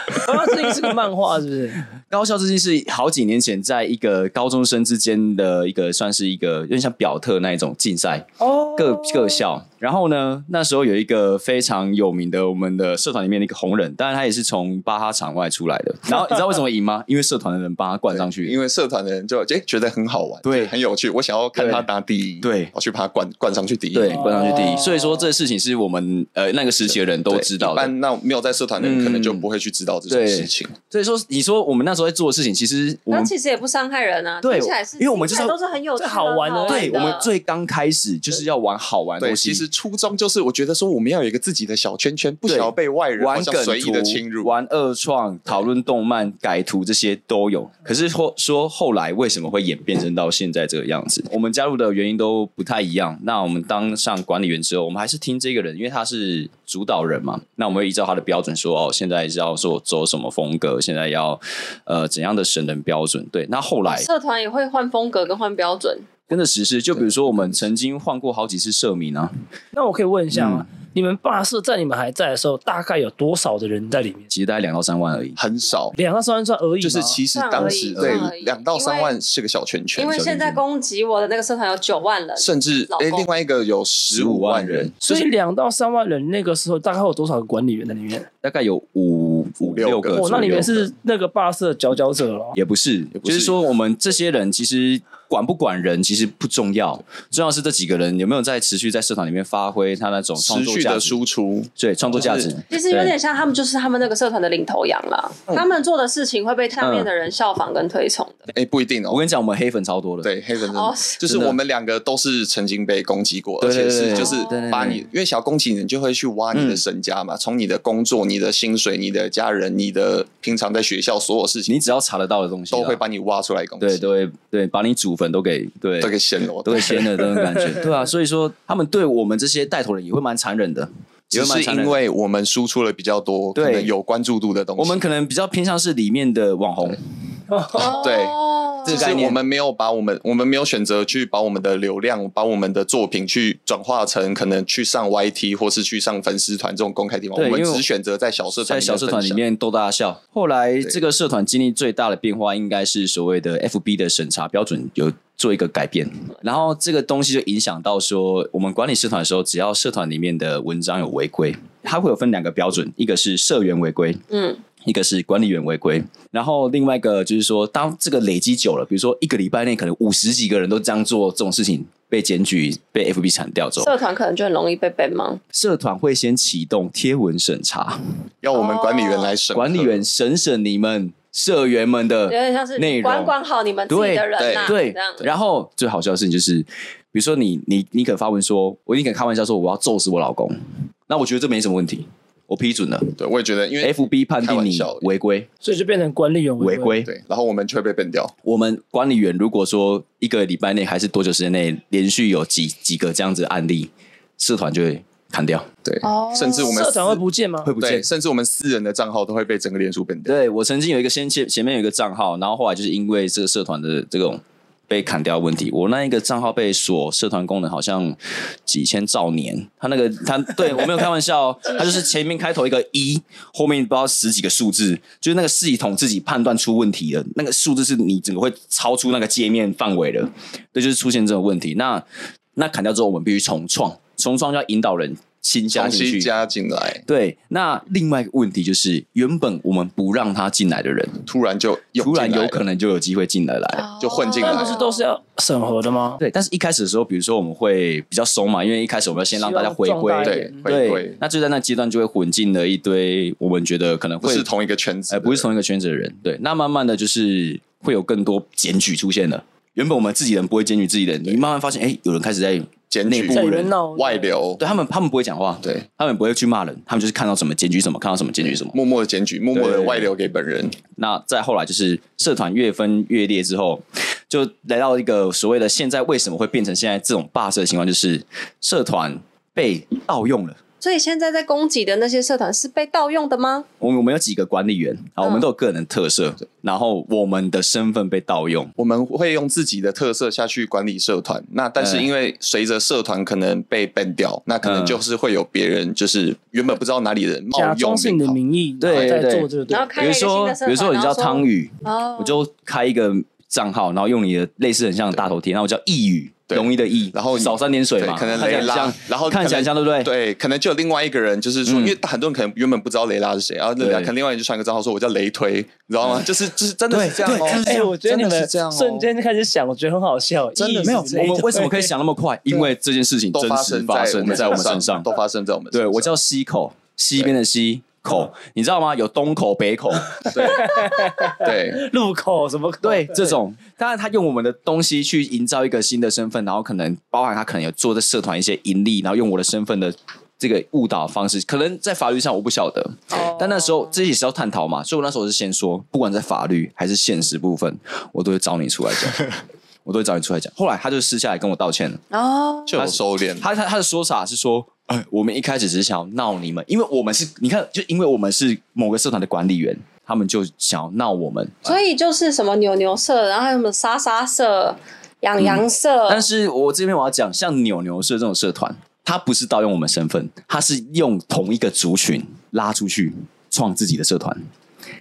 Speaker 3: 这个是个漫画，是不是？
Speaker 5: 高校这件事好几年前在一个高中生之间的一个算是一个有点像表特那一种竞赛，
Speaker 3: 哦
Speaker 5: 各各校。然后呢，那时候有一个非常有名的我们的社团里面的一个红人，当然他也是从巴哈场外出来
Speaker 6: *laughs*
Speaker 5: 的。然后你知道为什么赢吗？因为社团的人帮他灌上去，
Speaker 6: 因为社团的人就哎觉得很好玩，
Speaker 5: 对
Speaker 6: 觉得很有趣，我想要看他拿第一，
Speaker 5: 对
Speaker 6: 我去把他灌灌上去第一，
Speaker 5: 对灌上去第一。
Speaker 3: 哦
Speaker 5: 所以说这事情是我们呃那个时期的人都
Speaker 6: 对
Speaker 5: 知道
Speaker 6: 一
Speaker 5: 的。
Speaker 6: 般那没有在社团的人
Speaker 5: 嗯
Speaker 6: 可能就不会去知道这种
Speaker 5: 对
Speaker 6: 事情，
Speaker 5: 所以说你说我们那时候在做的事情，其实我
Speaker 4: 然后
Speaker 5: 们
Speaker 4: 其实也不伤害人啊，
Speaker 5: 对
Speaker 4: 听起来是，
Speaker 5: 因为我们就是
Speaker 4: 听起来都是很有趣
Speaker 3: 最好玩的
Speaker 4: 很
Speaker 5: 对我们
Speaker 4: 的
Speaker 5: 最刚开始就是要玩好玩的
Speaker 6: 对，
Speaker 5: 东西，
Speaker 6: 其实初衷就是我觉得说我们要有一个自己的小圈圈，不想要被外人
Speaker 5: 玩
Speaker 6: 好像
Speaker 5: 梗
Speaker 6: 随意
Speaker 5: 图
Speaker 6: 的侵入，
Speaker 5: 玩二创、讨论动漫、改图这些都有。可是后说后来为什么会演变成到现在这个样子？我们加入的原因都不太一样。那我们当上管理员之后，我们还是听这个人，因为他是主导人嘛。那我们会依照他的标准说，哦，现在是要做走什么风格，现在要呃怎样的审人标准。对，那后来
Speaker 4: 社团也会换风格跟换标准，
Speaker 5: 跟着实施，就比如说我们曾经换过好几次社名啊，
Speaker 3: 那我可以问一下吗？啊你们霸社在你们还在的时候，大概有多少的人在里面？
Speaker 5: 其实大概两到三万而已。
Speaker 6: 很少，
Speaker 3: 两到三万算而已吗
Speaker 6: 就是其实
Speaker 4: 算
Speaker 6: 当
Speaker 4: 而
Speaker 6: 时
Speaker 4: 已
Speaker 6: 对
Speaker 4: 算而已
Speaker 6: 两到三
Speaker 4: 因为
Speaker 6: 万是个小圈圈，
Speaker 4: 因为
Speaker 6: 小圈
Speaker 4: 现在
Speaker 6: 圈
Speaker 4: 攻击我的那个社团有九万人，
Speaker 6: 甚至
Speaker 4: 老
Speaker 6: 哎，
Speaker 4: 公
Speaker 6: 另外一个有十五万人，
Speaker 3: 所以两到三万人那个时候大概有多少个管理员在里面？
Speaker 5: 大概有五五六个
Speaker 6: 五六个
Speaker 5: 左右。
Speaker 3: 哦，那你们是那个霸社的佼佼者了。
Speaker 5: 也不是，
Speaker 6: 不
Speaker 5: 就
Speaker 6: 是
Speaker 5: 是说我们这些人其实管不管人其实不重要，重要是这几个人有没有在持续在社团里面发挥他那种创
Speaker 6: 持
Speaker 5: 作
Speaker 6: 续
Speaker 5: 价
Speaker 6: 的
Speaker 5: 值，
Speaker 6: 输出，
Speaker 5: 对创作价值
Speaker 6: 就。
Speaker 4: 其实有点像他们，就是他们那个社团的领头羊啦。
Speaker 5: 嗯
Speaker 4: 他们做的事情会被下面的人效仿跟推崇的。
Speaker 6: 哎，不一定
Speaker 5: 我
Speaker 6: 哦。
Speaker 5: 跟你讲，我们黑粉超多的，
Speaker 6: 对，黑粉真的
Speaker 4: 哦
Speaker 6: 就是
Speaker 5: 真的
Speaker 6: 我们两个都是曾经被攻击过，
Speaker 5: 对
Speaker 6: 而
Speaker 5: 对
Speaker 6: 且
Speaker 5: 对
Speaker 6: 是
Speaker 5: 对
Speaker 6: 就是
Speaker 5: 对对
Speaker 6: 把
Speaker 5: 对嗯
Speaker 6: 你，因为想要攻击你，就会去挖你的身家嘛，从你的工作、你的薪水、你的家人、你的平常在学校所有事
Speaker 5: 你
Speaker 6: 情，
Speaker 5: 只要查得到的东西啊
Speaker 6: 都会把你挖出来攻
Speaker 5: 对
Speaker 6: 击，
Speaker 5: 都会对把你祖坟都给对
Speaker 6: 都给掀了，
Speaker 5: 都给掀了那种感
Speaker 6: *laughs*
Speaker 5: 觉，对啊，所以说他们对我们这些带头人也会蛮残忍的，也
Speaker 6: 只
Speaker 5: 会蛮
Speaker 6: 是
Speaker 5: 残忍
Speaker 6: 因
Speaker 5: 的。
Speaker 6: 为我们输出了比较多，可
Speaker 5: 对
Speaker 6: 能有关注度的东西。
Speaker 5: 我们可能比较偏向是里面的网红，
Speaker 6: 对
Speaker 4: 哦
Speaker 5: 这
Speaker 6: 只
Speaker 5: 个概
Speaker 6: 是
Speaker 5: 念
Speaker 6: 我们没有把我们，我们没有选择去把我们的流量，把我们的作品去转化成可能去上 YT 或是去上粉丝团这种公开地方，
Speaker 5: 对
Speaker 6: 我们
Speaker 5: 因为
Speaker 6: 只选择在小社团
Speaker 5: 在
Speaker 6: 里面
Speaker 5: 小社团里
Speaker 6: 分享
Speaker 5: 面逗大家笑。后来这个社团经历最大的变化，应该是所谓的 FB 的审查标准有做一个改变，然后这个东西就影响到说，我们管理社团的时候，只要社团里面的文章有违规，它会有分两个标准，一个是社员违规，
Speaker 4: 嗯，
Speaker 5: 一个是管理员违规，然后另外一个就是说，当这个累积久了，比如说一个礼拜内可能五十几个人都这样做这种事情，被检举、被 FB 铲掉之后，
Speaker 4: 社团可能就很容易被 ban 吗？
Speaker 5: 社团会先启动贴文审查，
Speaker 6: 要我们管理
Speaker 3: 哦
Speaker 6: 员来审核
Speaker 5: 管理员审审你们社员们
Speaker 4: 有
Speaker 5: 的
Speaker 4: 点像是
Speaker 5: 内容
Speaker 4: 管管好你们自己的人呐，
Speaker 5: 对
Speaker 4: 这样，。
Speaker 5: 然后最好笑的事情就是，比如说你你你可能发文说，我你可能开玩笑说我要揍死我老公，那我觉得这没什么问题，我批准了。
Speaker 6: 对，我也觉得，因为
Speaker 5: FB 判
Speaker 6: 开
Speaker 5: 定
Speaker 6: 玩
Speaker 5: 你
Speaker 6: 笑
Speaker 5: 违规，
Speaker 3: 所以就变成管理员
Speaker 5: 违
Speaker 3: 规。
Speaker 5: 规。
Speaker 6: 对，然后我们却被崩掉，
Speaker 5: 我们管理员如果说一个礼拜内还是多久时间内连续有几几个这样子的案例，社团就会砍掉，
Speaker 6: 对，
Speaker 4: 哦
Speaker 6: 甚至我们
Speaker 3: 社长
Speaker 6: 私
Speaker 3: 会不见吗
Speaker 5: 会？不见
Speaker 6: 对，。甚至我们私人的账号都会被整个脸书崩掉。
Speaker 5: 对我曾经有一个先前前面有一个账号，然后后来就是因为这个社团的这种被砍掉的问题，我那一个账号被锁社团功能，好像几千兆年。他那个他对我没有开玩笑、哦，他就是前面开头一个一，后面不知道十几个数字，就是那个系统自己判断出问题了，那个数字是你整个会超出那个界面范围的，对，就是出现这种问题。那那砍掉之后，我们必须重创，重创就要引导人。新加
Speaker 6: 重
Speaker 5: 进去
Speaker 6: 新，加进来，
Speaker 5: 对，那另外一个问题就是，原本我们不让他进来的人，
Speaker 6: 突然就涌
Speaker 5: 突然
Speaker 6: 进来
Speaker 5: 有
Speaker 6: 了
Speaker 5: 可哦能就有机会进来来。
Speaker 6: 就混进来
Speaker 3: 哦那
Speaker 6: 了
Speaker 3: 不是都是要审核的吗？
Speaker 5: 对，但是一开始的时候，比如说我们会比较松嘛，因为一开始我们要先让大家回归，
Speaker 3: 希望壮大一
Speaker 6: 嗯对
Speaker 3: 点
Speaker 6: 回归，
Speaker 5: 那就在那阶段就会混进了一堆我们觉得可能
Speaker 6: 不
Speaker 5: 会
Speaker 6: 是同一个圈子
Speaker 5: 呃
Speaker 6: 的，
Speaker 5: 不是同一个圈子的人，对，那慢慢的就是会有更多检举出现了。原本我们自己人不会检举自己人，你慢慢发现，哎，有人开始在
Speaker 6: 检
Speaker 5: 内
Speaker 6: 举
Speaker 5: 部
Speaker 3: 在里
Speaker 5: 人
Speaker 3: 面闹
Speaker 6: 外流，
Speaker 5: 对他们，他们不会讲话，
Speaker 6: 对，
Speaker 5: 他们不会去骂人，他们就是看到什么检举什么，看到什么检举什么。
Speaker 6: 默默的检举，默默的
Speaker 5: 对
Speaker 6: 外流给本人。
Speaker 5: 那再后来就是社团越分越裂之后，就来到一个所谓的现在为什么会变成现在这种霸社的情况，就是社团被盗用了，
Speaker 4: 所以现在在攻击的那些社团是被盗用的吗？
Speaker 5: 我们我们有几个管理员
Speaker 4: 嗯
Speaker 5: 啊，我们都有个人特色，然后我们的身份被盗用，
Speaker 6: 我们会用自己的特色下去管理社团。那但是
Speaker 5: 嗯
Speaker 6: 因为随着社团可能被 ban 掉，那可能
Speaker 5: 嗯
Speaker 6: 就是会有别人就是原本不知道哪里的人冒
Speaker 3: 假装
Speaker 6: 用
Speaker 3: 是你的
Speaker 6: 名号
Speaker 3: 名义
Speaker 5: 对
Speaker 3: 在
Speaker 5: 对
Speaker 3: 做这个，
Speaker 4: 然后
Speaker 5: 比
Speaker 4: 开了
Speaker 5: 如
Speaker 4: 一个新
Speaker 5: 说
Speaker 4: 的社团，
Speaker 5: 比如说你
Speaker 4: 然后
Speaker 5: 叫汤宇，
Speaker 4: 哦，
Speaker 5: 我就开一个账号，然后用你的类似很像大头贴，然后我叫易宇，
Speaker 6: 对
Speaker 5: 容易的易，
Speaker 6: 然后你
Speaker 5: 少三点水
Speaker 6: 对
Speaker 5: 嘛，
Speaker 6: 可能
Speaker 5: 看起来
Speaker 6: 雷拉
Speaker 5: 像，
Speaker 6: 然后
Speaker 5: 看起来
Speaker 6: 可能
Speaker 5: 像对不对？
Speaker 6: 对，可能就有另外一个人，就是
Speaker 5: 嗯
Speaker 6: 说，因为很多人可能原本不知道雷拉是谁，然后
Speaker 5: 对
Speaker 6: 可能另外一个人就传个账号说我叫雷推，你知道吗？就是就是真的
Speaker 5: 对
Speaker 6: 是这样
Speaker 5: 对
Speaker 6: 哦
Speaker 5: 看。
Speaker 3: 哎、我觉得你
Speaker 6: 真的是
Speaker 3: 们
Speaker 6: 这样哦
Speaker 3: 瞬间就开始想，我觉得很好笑。
Speaker 5: 真的
Speaker 3: 一
Speaker 5: 没有，
Speaker 3: 直雷
Speaker 5: 我们为什么可以想那么
Speaker 6: *laughs*
Speaker 5: 快？因为这件事情
Speaker 6: 都
Speaker 5: 真
Speaker 6: 发
Speaker 5: 实
Speaker 6: 生
Speaker 5: 发
Speaker 6: 在
Speaker 5: 生在我们身上
Speaker 6: 都。发生在我们身
Speaker 5: 对
Speaker 6: 上。嗯
Speaker 5: 我叫西口，西边的西口，你知道吗？有东口、北口，
Speaker 6: 对
Speaker 3: 路口什么口？
Speaker 5: 对这种。当然，他用我们的东西去营造一个新的身份，然后可能包含他可能有做在社团一些盈利，然后用我的身份的。这个误导方式，可能在法律上我不晓得，
Speaker 4: 哦
Speaker 5: 但那时候这也是要探讨嘛，所以我那时候是先说，不管在法律还是现实部分，我都会找你出来讲，我都会找你出来讲。后来他就私下来跟我道歉了，
Speaker 4: 哦，
Speaker 6: 就有收敛。
Speaker 5: 他他他的说法是说，哎，我们一开始只是想要闹你们，因为我们是，你看，就因为我们是某个社团的管理员，他们就想要闹我们。
Speaker 4: 所以就是什么牛牛社，然后还有什么沙沙社、养羊社，
Speaker 5: 嗯但是我这边我要讲，像扭牛社这种社团，它不是盗用我们身份，它是用同一个族群拉出去创自己的社团。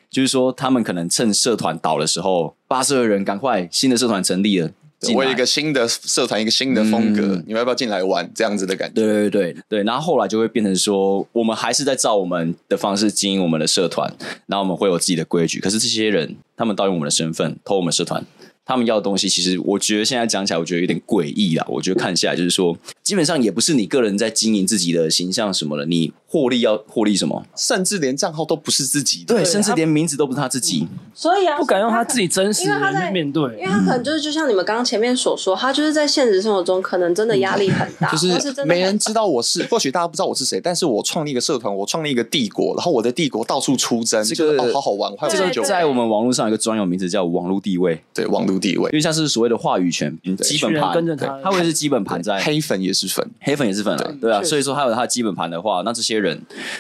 Speaker 5: 就是说，他们可能趁社团倒的时候，八社的人赶快新的社团成立了，
Speaker 6: 对
Speaker 5: 进来
Speaker 6: 我有一个新的社团，一个新的风格
Speaker 5: 嗯，
Speaker 6: 你们要不要进来玩？这样子的感觉。
Speaker 5: 对对对对，然后后来就会变成说，我们还是在照我们的方式经营我们的社团，然后我们会有自己的规矩。可是这些人，他们盗用我们的身份，偷我们社团，他们要的东西，其实我觉得现在讲起来，我觉得有点诡异啦。我觉得看起来就是说，基本上也不是你个人在经营自己的形象什么的，你获利要获利什么？
Speaker 6: 甚至连账号都不是自己的。
Speaker 5: 对，甚至连名字都不是他自嗯己。
Speaker 4: 所以啊，
Speaker 3: 不敢用他
Speaker 4: 可
Speaker 3: 自己真实
Speaker 4: 因为他
Speaker 3: 的
Speaker 4: 在
Speaker 3: 人面
Speaker 4: 因为
Speaker 3: 对。
Speaker 4: 他可能就是就像你们刚刚前面所说，他就是在现实生活中可能真的压力很
Speaker 5: 嗯
Speaker 4: 大，
Speaker 6: 就
Speaker 4: 或
Speaker 6: 啊是
Speaker 4: 真的
Speaker 6: 没人知道我是， *laughs* 或许大家不知道我是谁，但是我创立一个社团，我创立一个帝国，然后我的帝国到处出征，
Speaker 5: 这
Speaker 6: 这
Speaker 5: 个
Speaker 6: 个哦好好玩，我还有
Speaker 5: 这
Speaker 6: 喝
Speaker 5: 个
Speaker 6: 酒，
Speaker 5: 在我们网络上有一个专有名词叫网络地位，
Speaker 6: 对网络地位
Speaker 5: 因，为像是所谓的话语权、嗯基本
Speaker 3: 一群人，
Speaker 5: 盘
Speaker 3: 跟着他
Speaker 5: 对它会是基本盘在
Speaker 6: 黑粉也是粉，
Speaker 5: 黑粉也是粉啊，对啊，
Speaker 3: 确实
Speaker 5: 所以说他有他的基本盘的话，那这些人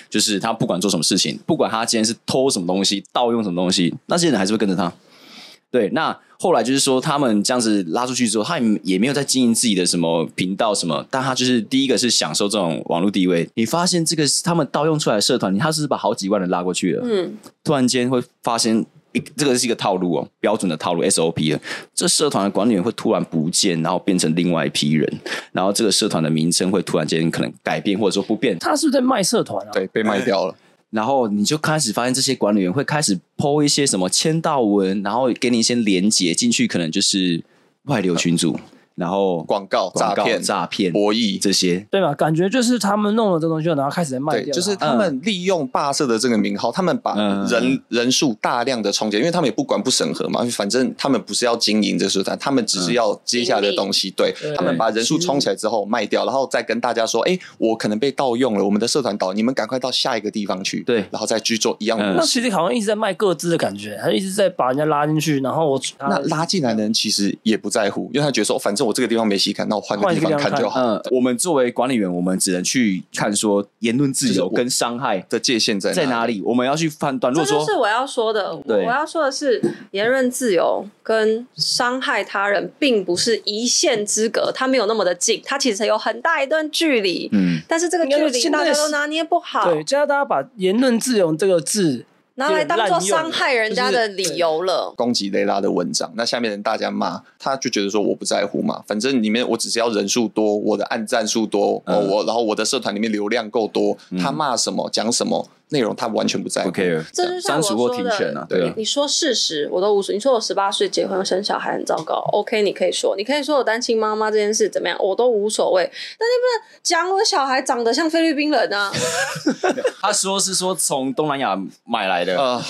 Speaker 5: 就是他不管做什么事情，不管他今天是偷什么东西、盗用什么东西，那些人还是会跟着他。对，那后来就是说，他们这样子拉出去之后，他也也没有在经营自己的什么频道什么，但他就是第一个是享受这种网络地位。你发现这个是他们盗用出来的社团，你他是不是把好几万人拉过去了，
Speaker 4: 嗯，
Speaker 5: 突然间会发现一这个是一个套路哦，标准的套路 SOP 了。这社团的管理员会突然不见，然后变成另外一批人，然后这个社团的名称会突然间可能改变或者说不变，
Speaker 3: 他是不是在卖社团啊？
Speaker 6: 对，被卖掉了，
Speaker 5: 然后你就开始发现这些管理员会开始抛一些什么签到文，然后给你一些连接进去，可能就是外流群组，然后
Speaker 6: 呃广告、
Speaker 5: 广
Speaker 6: 诈
Speaker 5: 告
Speaker 6: 骗、
Speaker 5: 诈骗
Speaker 6: 博弈。
Speaker 5: 这些。
Speaker 3: 对吧？感觉就是他们弄了这东西，然后开始在卖
Speaker 6: 对，
Speaker 3: 掉啊，
Speaker 6: 就是他们利用霸社的这个名号，他们把
Speaker 5: 嗯
Speaker 6: 人、人数大量的冲击，因为他们也不管不审核嘛，反正他们不是要经营这社团，他们只
Speaker 5: 嗯
Speaker 6: 是要接下来的东西。对
Speaker 3: 对
Speaker 6: 他们把人数冲起来之后卖掉，然后再跟大家说：“哎，我可能被盗用了，我们的社团倒，你们赶快到下一个地方去。”
Speaker 5: 对
Speaker 6: 然后再去做一样的
Speaker 5: 嗯
Speaker 6: 模
Speaker 3: 那
Speaker 6: 式。
Speaker 3: 其实好像一直在卖各自的感觉，他一直在把人家拉进去，然后我
Speaker 6: 那拉进来的人其实也不在乎，因为他觉得说，哦反正我这个地方没戏看，那我换个
Speaker 3: 换
Speaker 6: 地
Speaker 3: 一个
Speaker 6: 方
Speaker 3: 地方
Speaker 6: 看就
Speaker 3: 看
Speaker 6: 好。
Speaker 5: 嗯，我们作为管理员，我们只能去看说言论自
Speaker 6: 就是
Speaker 5: 由
Speaker 6: 我
Speaker 5: 跟伤害
Speaker 6: 的界限在
Speaker 5: 在
Speaker 6: 哪
Speaker 5: 哪
Speaker 6: 里？
Speaker 5: 里，我们要去判断。如
Speaker 4: 这
Speaker 5: 果
Speaker 4: 就
Speaker 5: 说
Speaker 4: 是我要说的。我
Speaker 5: 对
Speaker 4: 我要说的是，言论自由跟伤害他人并不是一线之隔，它没有那么的近，它其实有很大一段距离。
Speaker 5: 嗯，
Speaker 4: 但是这个
Speaker 3: 应该
Speaker 4: 距
Speaker 3: 说
Speaker 4: 离
Speaker 3: 现在
Speaker 4: 大家都
Speaker 3: 是
Speaker 4: 拿捏不好，
Speaker 3: 对，加上大家把言论自由这个字
Speaker 4: 拿来当做伤害人家的
Speaker 3: 就是
Speaker 4: 理
Speaker 3: 对
Speaker 4: 由了。
Speaker 6: 攻击雷拉的文章，那下面人大家骂，他就觉得说我不在乎嘛，反正里面我只是要人数多，我的按赞数多，
Speaker 5: 嗯
Speaker 6: 哦，我然后我的社团里面流量够多，他骂什么讲什么内容他完全不在乎
Speaker 5: 不 care，
Speaker 4: 这就像
Speaker 5: 删
Speaker 4: 我
Speaker 5: 除或
Speaker 4: 说
Speaker 5: 停
Speaker 4: 的，
Speaker 5: 权啊，
Speaker 6: 对
Speaker 5: 对啊，
Speaker 4: 你说事实我都无所，你说我十八岁结婚生小孩很糟糕，OK，你可以说，你可以说我单亲妈妈这件事怎么样，我都无所谓，但你不能讲我小孩长得像菲律宾人啊！
Speaker 5: 他说是说从东南亚买来的，
Speaker 6: 啊、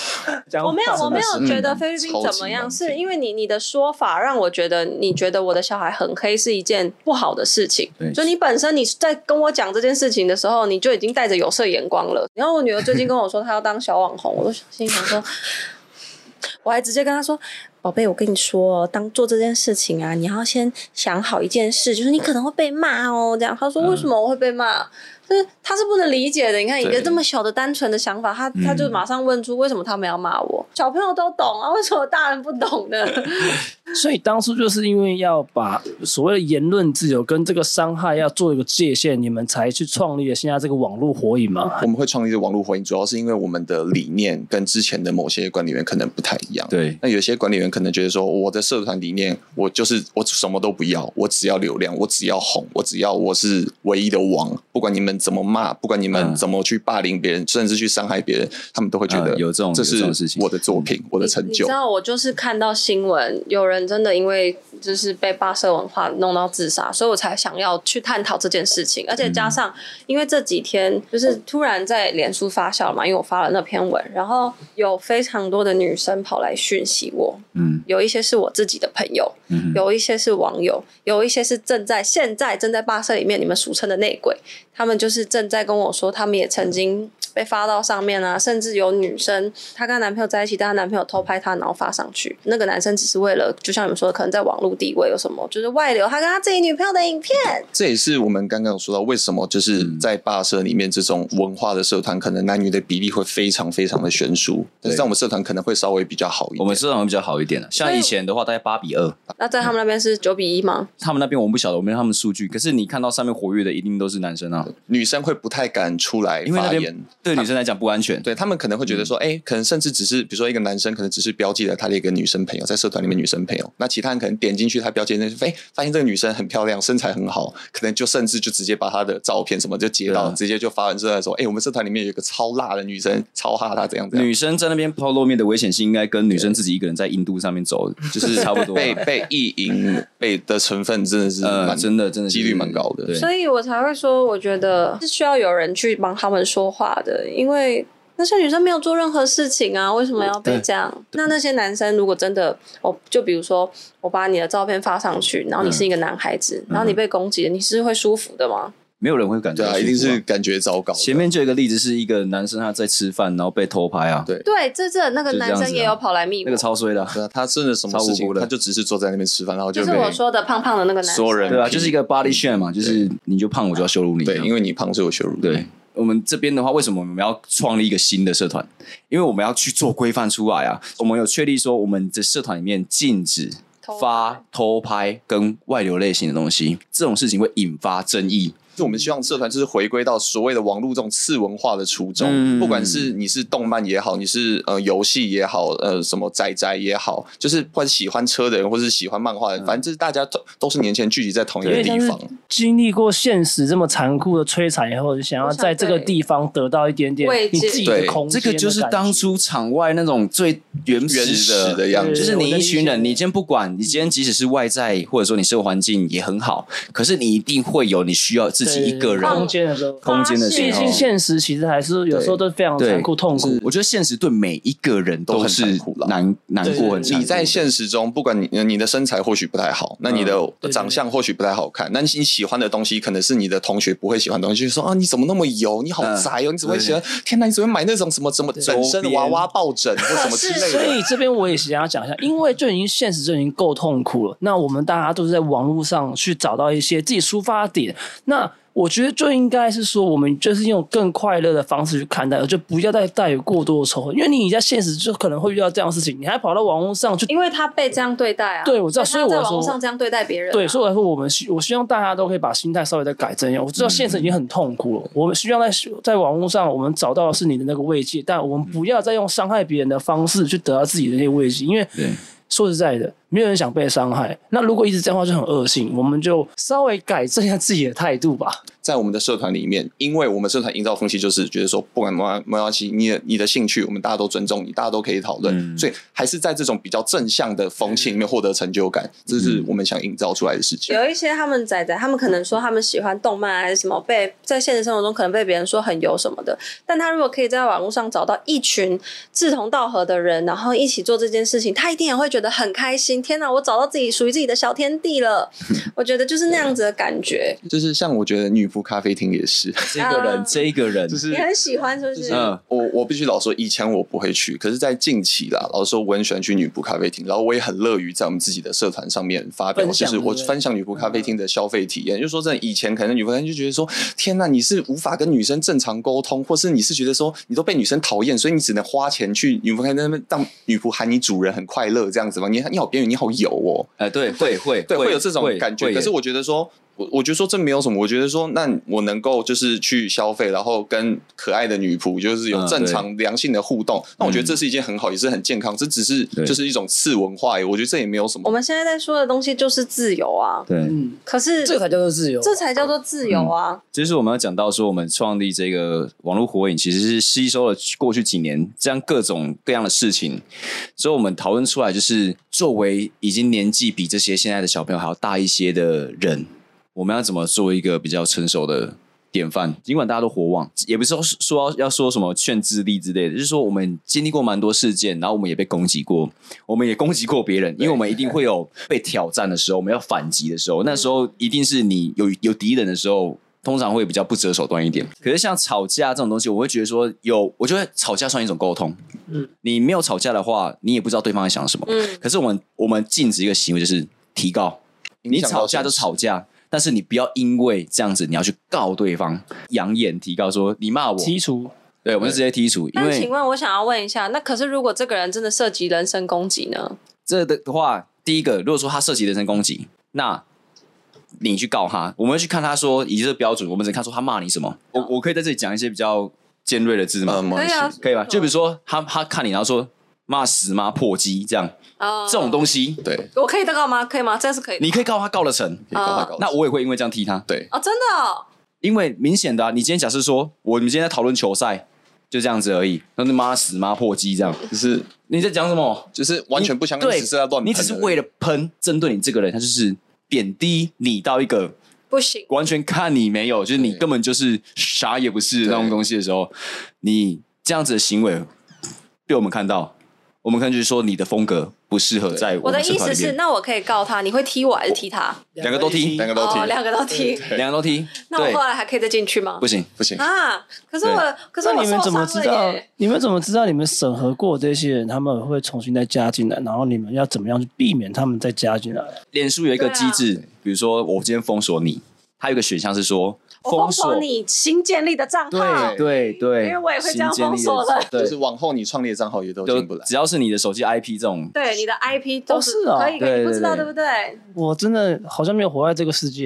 Speaker 3: 讲
Speaker 4: 我没有，我没有觉得
Speaker 6: 嗯
Speaker 4: 菲律宾怎么样，
Speaker 6: 超级难
Speaker 4: 是因为你你的说法让我觉得你觉得我的小孩很黑是一件不好的事情
Speaker 5: 对，
Speaker 4: 所以你本身你在跟我讲这件事情的时候，你就已经带着有色眼光了。然后
Speaker 6: *laughs*
Speaker 4: 我女儿最近跟我说她要当小网红，我都心想说。我还直接跟她说：“宝贝，我跟你说哦，当做这件事情啊，你要先想好一件事，就是你可能会被骂哦。这样，他
Speaker 6: 嗯
Speaker 4: 说为什么我会被骂？就是他是不能理解的。你看一个
Speaker 5: 对
Speaker 4: 这么小的单纯的想法，他他就
Speaker 5: 嗯
Speaker 4: 马上问出为什么他们要骂我？小朋友都懂啊，为什么大人不懂呢？
Speaker 3: 所以当初就是因为要把所谓的言论自由跟这个伤害要做一个界限，你们才去创立了现在这个网络火影
Speaker 5: 哦
Speaker 3: 嘛。
Speaker 6: 我们会创立这个网络回应，主要是因为我们的理念跟之前的某些管理员可能不太一样。
Speaker 5: 对，
Speaker 6: 那有些管理员可能觉得说，我的社团理念，我就是我什么都不要，我只要流量，我只要红，我只要我是唯一的王，不管你们怎么骂，不管你们
Speaker 5: 嗯
Speaker 6: 怎么去霸凌别人，甚至去伤害别人，他们都会觉得
Speaker 5: 嗯有这种
Speaker 6: 这
Speaker 5: 有这种
Speaker 6: 是
Speaker 5: 事情嗯
Speaker 6: 我的作品，我的成
Speaker 4: 你你
Speaker 6: 就
Speaker 4: 知。道，我就是看到新闻，有人真的因为就是被霸社文化弄到自杀，所以我才想要去探讨这件事情。而且
Speaker 5: 嗯
Speaker 4: 加上，因为这几天就是突然在脸书发酵嘛，因为我发了那篇文，然后有非常多的女生跑来讯息我，
Speaker 5: 嗯
Speaker 4: 有一些是我自己的朋友，
Speaker 5: 嗯哼，
Speaker 4: 有一些是网友，有一些是正在现在正在霸社里面你们俗称的内鬼，他们就是正在跟我说，他们也曾经被发到上面啊，甚至有女生她跟她男朋友在一起，但她男朋友偷拍她，然后发上去，那个男生只是为了就像你们说的，可能在网络地位有什么，就是外流他跟他自己女朋友的影片，
Speaker 6: 这也是我们刚刚有说到，为什么就是
Speaker 5: 嗯
Speaker 6: 在霸社里面这种文化的社团，可能男女的比例会非常非常的悬殊，但是在我们社团可能会稍微比较好
Speaker 5: 我
Speaker 6: 一点
Speaker 5: 们。社团会比较好一点啊像以前的话，大概八比二，
Speaker 4: 那在他们那边是九比一吗？
Speaker 5: 他们那边我们不晓得，我没有他们数据，可是你看到上面活跃的一定都是男生啊，
Speaker 6: 女生会不太敢出来
Speaker 5: 因为那
Speaker 6: 发
Speaker 5: 边
Speaker 6: 言。
Speaker 5: 对女生来讲不安全。
Speaker 6: 对他们可能会觉
Speaker 5: 嗯
Speaker 6: 得说，哎、可能甚至只是，比如说一个男生可能只是标记了他的一个女生朋友，在社团里面女生朋友，那其他人可能点进去他标记那，哎、发现这个女生很漂亮，身材很好，可能就甚至就直接把她的照片什么就截到，
Speaker 5: 对啊
Speaker 6: 直接就发文社团说，哎、我们社团里面有一个超辣的女生，超哈她怎样怎样，
Speaker 5: 女生在那边抛露面的危险性，应该跟女生自己一个人在印度上面走，
Speaker 6: *laughs*
Speaker 5: 就是 *laughs* 差不多啊。
Speaker 6: 被被意淫被的成分真的是蛮、
Speaker 5: 呃，真的真的
Speaker 6: 几率蛮高的
Speaker 5: 对，
Speaker 4: 所以我才会说，我觉得是需要有人去帮他们说话的，因为那些女生没有做任何事情啊，为什么要被这样？那那些男生如果真的，我就比如说我把你的照片发上去，然后你是一个
Speaker 3: 嗯
Speaker 4: 男孩子，然后你被攻击了，你是会舒服的吗？
Speaker 5: 没有人会感觉
Speaker 6: 对
Speaker 5: 到舒
Speaker 6: 啊，一
Speaker 5: 服
Speaker 6: 定是感觉糟糕的。
Speaker 5: 前面就有一个例子，是一个男生他在吃饭，然后被偷拍啊，
Speaker 6: 对
Speaker 4: 对，这这那个
Speaker 5: 就是这
Speaker 4: 男
Speaker 5: 样子啊
Speaker 4: 生也有跑来密
Speaker 5: 那个
Speaker 4: 我，
Speaker 5: 超衰的啊，
Speaker 6: 对啊，他真的什么
Speaker 5: 超无
Speaker 6: 事情
Speaker 5: 辜，的
Speaker 6: 他就只是坐在那边吃饭，然后
Speaker 4: 就是
Speaker 6: 被
Speaker 4: 我说的胖胖的那个男
Speaker 6: 所有
Speaker 4: 生。
Speaker 6: 人
Speaker 5: 对啊，
Speaker 6: 批
Speaker 5: 就是一个
Speaker 4: 嗯
Speaker 5: body shame 嘛，就是你就胖我就要羞辱你啊这
Speaker 6: 对，
Speaker 5: 样，
Speaker 6: 因为你胖所以我羞辱
Speaker 5: 嗯
Speaker 6: 你。
Speaker 5: 对。我们这边的话，为什么我们要创立一个新的社团？因为我们要去做规范出来啊。我们有确立说，我们的社团里面禁止
Speaker 4: 偷
Speaker 5: 发偷拍跟外流类型的东西，这种事情会引发争议。
Speaker 6: 就我们希望社团就是回归到所谓的网络这种次文化的初衷，
Speaker 5: 嗯
Speaker 6: 不管是你是动漫也好，你是呃游戏也好，呃什么宅宅也好，就是或者喜欢车的人，或者是喜欢漫画的人，反正就是大家都都是年前聚集在同一
Speaker 3: 因
Speaker 6: 个
Speaker 3: 为
Speaker 6: 地
Speaker 3: 嗯像是
Speaker 6: 方。
Speaker 3: 经历过现实这么残酷的摧残以后，想要在这个地方得到一点点
Speaker 4: 慰藉
Speaker 3: 你自己的
Speaker 6: 对
Speaker 3: 空
Speaker 5: 这
Speaker 3: 间的感觉。
Speaker 5: 个就是当初场外那种最原始的
Speaker 6: 原始的样子
Speaker 5: 就是你一
Speaker 3: 对我
Speaker 5: 群
Speaker 3: 能
Speaker 5: 人，
Speaker 3: 理解
Speaker 5: 你今天不管，你今天即使是外在或者说你生活环境也很好，可是你一定会有你需要自己一个人
Speaker 3: 对空间的时候，
Speaker 5: 空间的
Speaker 4: 发泄
Speaker 5: 时
Speaker 3: 毕
Speaker 5: 候
Speaker 3: 竟。现实其实还是有时候都非常残酷痛苦。
Speaker 5: 我觉得现实对每一个人
Speaker 6: 都很
Speaker 5: 是
Speaker 6: 残酷啦
Speaker 5: 难难过很
Speaker 3: 对
Speaker 5: 残酷。
Speaker 6: 你在现实中，不管你呃你的身材或许不太好，那你
Speaker 3: 嗯对
Speaker 6: 的
Speaker 3: 对
Speaker 6: 长相或许不太好看，那你你喜欢的东西可能是你的同学不会喜欢的东西，就说啊你怎么那么油，你好
Speaker 3: 嗯
Speaker 6: 宅哦，你怎么会喜欢？天哪，你怎么会买那种什么什么整身
Speaker 5: 周
Speaker 6: 的
Speaker 5: 边
Speaker 6: 娃娃抱枕或什么之类
Speaker 3: 所
Speaker 6: 的？
Speaker 3: 以这边我也想要讲一下，因为就已经现实就已经够痛苦了，那我们大家都是在网络上去找到一些自己抒发点。那我觉得就应该是说，我们就是用更快乐的方式去看待，就不要再带有过多的仇恨，因为你在现实就可能会遇到这样的事情，你还跑到网络上去
Speaker 4: 因为他被这样对待啊，
Speaker 3: 对我知道所以我
Speaker 4: 他在网
Speaker 3: 说
Speaker 4: 络上这样对待别人啊、
Speaker 3: 对，所以我来说，我们希我希望大家都可以把心态稍微再改正一下。我知道现实已经很痛苦了，我们希望在在网络上我们找到的是你的那个慰藉，但我们不要再用伤害别人的方式去得到自己的那些慰藉，因为
Speaker 5: 对
Speaker 3: 说实在的，没有人想被伤害。那如果一直这样的话，就很恶性。我们就稍微改正一下自己的态度吧。
Speaker 6: 在我们的社团里面，因为我们社团营造风气就是觉得说，不管没关没关系，你的你的兴趣，我们大家都尊重你，大家都可以讨论，
Speaker 5: 嗯
Speaker 6: 所以还是在这种比较正向的风气里面获得成就感，这是我们想营造出来的事情。
Speaker 4: 有一些他们仔仔，他们可能说他们喜欢动漫啊还是什么，被在现实生活中可能被别人说很油什么的。但他如果可以在网络上找到一群志同道合的人，然后一起做这件事情，他一定也会觉得很开心情，天哪，我找到自己属于自己的小天地了。我觉得就是那样子的感觉。
Speaker 6: 就是像我觉得女仆咖啡厅也是，
Speaker 5: 这个人，
Speaker 4: 啊
Speaker 5: 这个人，
Speaker 6: 就是
Speaker 4: 你
Speaker 6: 啊
Speaker 4: 很喜欢是不是？
Speaker 5: 嗯，
Speaker 6: 我我必须老实说，以前我不会去，可是，在近期啦，老实说，我很喜欢去女仆咖啡厅，然后我也很乐于在我们自己的社团上面发表，
Speaker 3: 分
Speaker 6: 就
Speaker 3: 享
Speaker 6: 是
Speaker 3: 对不
Speaker 6: 我
Speaker 3: 对嗯
Speaker 6: 分享女仆咖啡厅的消费体验。就说真的，以前可能女仆咖啡厅就觉得说，天呐，你是无法跟女生正常沟通，或是你是觉得说你都被女生讨厌，所以你只能花钱去女仆咖啡厅那边让女仆喊你主人很快乐这样子吗？你你好边缘，你好油哦。
Speaker 5: 哎，对，会会
Speaker 6: 对，会有这种感觉。可是我觉得说，我我觉得说这没有什么，我觉得说，那我能够就是去消费，然后跟可爱的女仆就是有
Speaker 5: 嗯
Speaker 6: 正常良性的互动，那我觉得这是一件很好，也是很健康。这只是
Speaker 5: 对哦
Speaker 6: 就是一种次文化而已，我觉得这也没有什
Speaker 4: 我
Speaker 6: 么。
Speaker 4: 们现在在说的东西就是自由啊，
Speaker 5: 对，
Speaker 3: 嗯，
Speaker 4: 可是
Speaker 3: 这个才叫做自由。啊
Speaker 4: 这才叫做自由啊。
Speaker 5: 其实我们要讲到说，我们创立这个网络火影，其实是吸收了过去几年这样各种各样的事情，所以我们讨论出来，就是作为已经年纪比这些现在的小朋友还要大一些的人，我们要怎么做一个比较成熟的典范？尽管大家都火网，也不是说说要说什么劝智力之类的，就是说我们经历过蛮多事件，然后我们也被攻击过，我们也攻击过别人，因为我们一定会有被挑战的时候，我们要反击的时
Speaker 6: 嗯
Speaker 5: 候，那时候一定是你有有敌人的时候。通常会比较不择手段一点，
Speaker 6: 嗯
Speaker 5: 可是像吵架这种东西，我会觉得说有，我觉得吵架算一种沟通。嗯，你没有吵架的话，你也不知道对方在想什么。
Speaker 4: 嗯，
Speaker 5: 可是我们我们禁止一个行为，就是提告。你
Speaker 6: 影响到
Speaker 5: 吵架就
Speaker 6: 现实
Speaker 5: 吵架，但是你不要因为这样子，你要去告对方，扬言提告说你骂我，
Speaker 3: 剔除
Speaker 5: 对，我们就直接剔除。因
Speaker 4: 但请
Speaker 5: 为
Speaker 4: 问，我想要问一下，那可是如果这个人真的涉及人身攻击呢？
Speaker 5: 这的话，第一个，如果说他涉及人身攻击，那你去告他，我们会去看他说以这个标准，我们只能看说他骂你什么。我我可以在这里讲一些比较尖锐的字吗？
Speaker 6: 嗯，没
Speaker 4: 可
Speaker 6: 关
Speaker 4: 以
Speaker 6: 系
Speaker 4: 啊，
Speaker 5: 可以吧？就比如说他他看你，然后说骂死妈破鸡这样，
Speaker 6: 嗯
Speaker 4: 啊，
Speaker 5: 这种东西，
Speaker 6: 对，
Speaker 4: 我可以得到吗？可以吗？这样是可以的。
Speaker 5: 你可以告他告了成，
Speaker 6: 可以高高
Speaker 5: 那我也会因为这样踢他。
Speaker 6: 对
Speaker 4: 哦，真的哦，
Speaker 5: 因为明显的、啊，你今天假设说，我们今天在讨论球赛，就这样子而已，那你妈死妈破鸡这样，
Speaker 6: 就是
Speaker 5: 你在讲什么？
Speaker 6: 就是完全不相干，
Speaker 5: 对
Speaker 6: 只是在乱喷而已。
Speaker 5: 你只是为了喷针对你这个人，他就是贬低你到一个
Speaker 4: 不行，
Speaker 5: 完全看你没有，就是你
Speaker 6: 对
Speaker 5: 根本就是啥也不是那种东西的时候，你这样子的行为被我们看到，我们看就是说你的风格不适合
Speaker 6: 对
Speaker 5: 在
Speaker 4: 我
Speaker 5: 们
Speaker 4: 的
Speaker 5: 社
Speaker 4: 意
Speaker 5: 团
Speaker 4: 思
Speaker 5: 里
Speaker 4: 是，
Speaker 5: 面。
Speaker 4: 那我可以告他，你会踢我还是踢他？
Speaker 5: 两个都踢
Speaker 6: 两个都
Speaker 4: 哦，
Speaker 6: 听，
Speaker 4: 两个都踢。
Speaker 5: 两个都踢，
Speaker 4: 那我
Speaker 5: 对
Speaker 4: 后，来还可以再进去吗
Speaker 5: 不？行，
Speaker 6: 不行。
Speaker 4: 啊，可是我，可是
Speaker 3: 那
Speaker 4: 我
Speaker 3: 你们
Speaker 4: 受
Speaker 3: 怎
Speaker 4: 伤
Speaker 3: 么知
Speaker 4: 了
Speaker 3: 道
Speaker 4: 耶。？
Speaker 3: 你们怎么知道你们审核过这些人，他们会重新再加进来？然后你们要怎么样去避免他们再加进来？
Speaker 5: 脸书有一个机制，比如说我今天封锁你，它有一个选项是说
Speaker 4: 我封
Speaker 5: 锁
Speaker 4: 锁你新建立的账号。
Speaker 6: 对
Speaker 5: 对对，
Speaker 4: 因为我也会这样
Speaker 5: 新建立
Speaker 4: 封锁的
Speaker 5: 对
Speaker 6: 就是往后你创立的账号也都进不
Speaker 5: 就
Speaker 6: 来
Speaker 5: 只。要是你的手机 IP 这种，
Speaker 4: 对，你的 IP 都
Speaker 3: 哦是哦
Speaker 4: 可以，
Speaker 5: 对
Speaker 4: 你不知道
Speaker 5: 对
Speaker 4: 对不对？
Speaker 3: 我真的好像没有活在这个世界。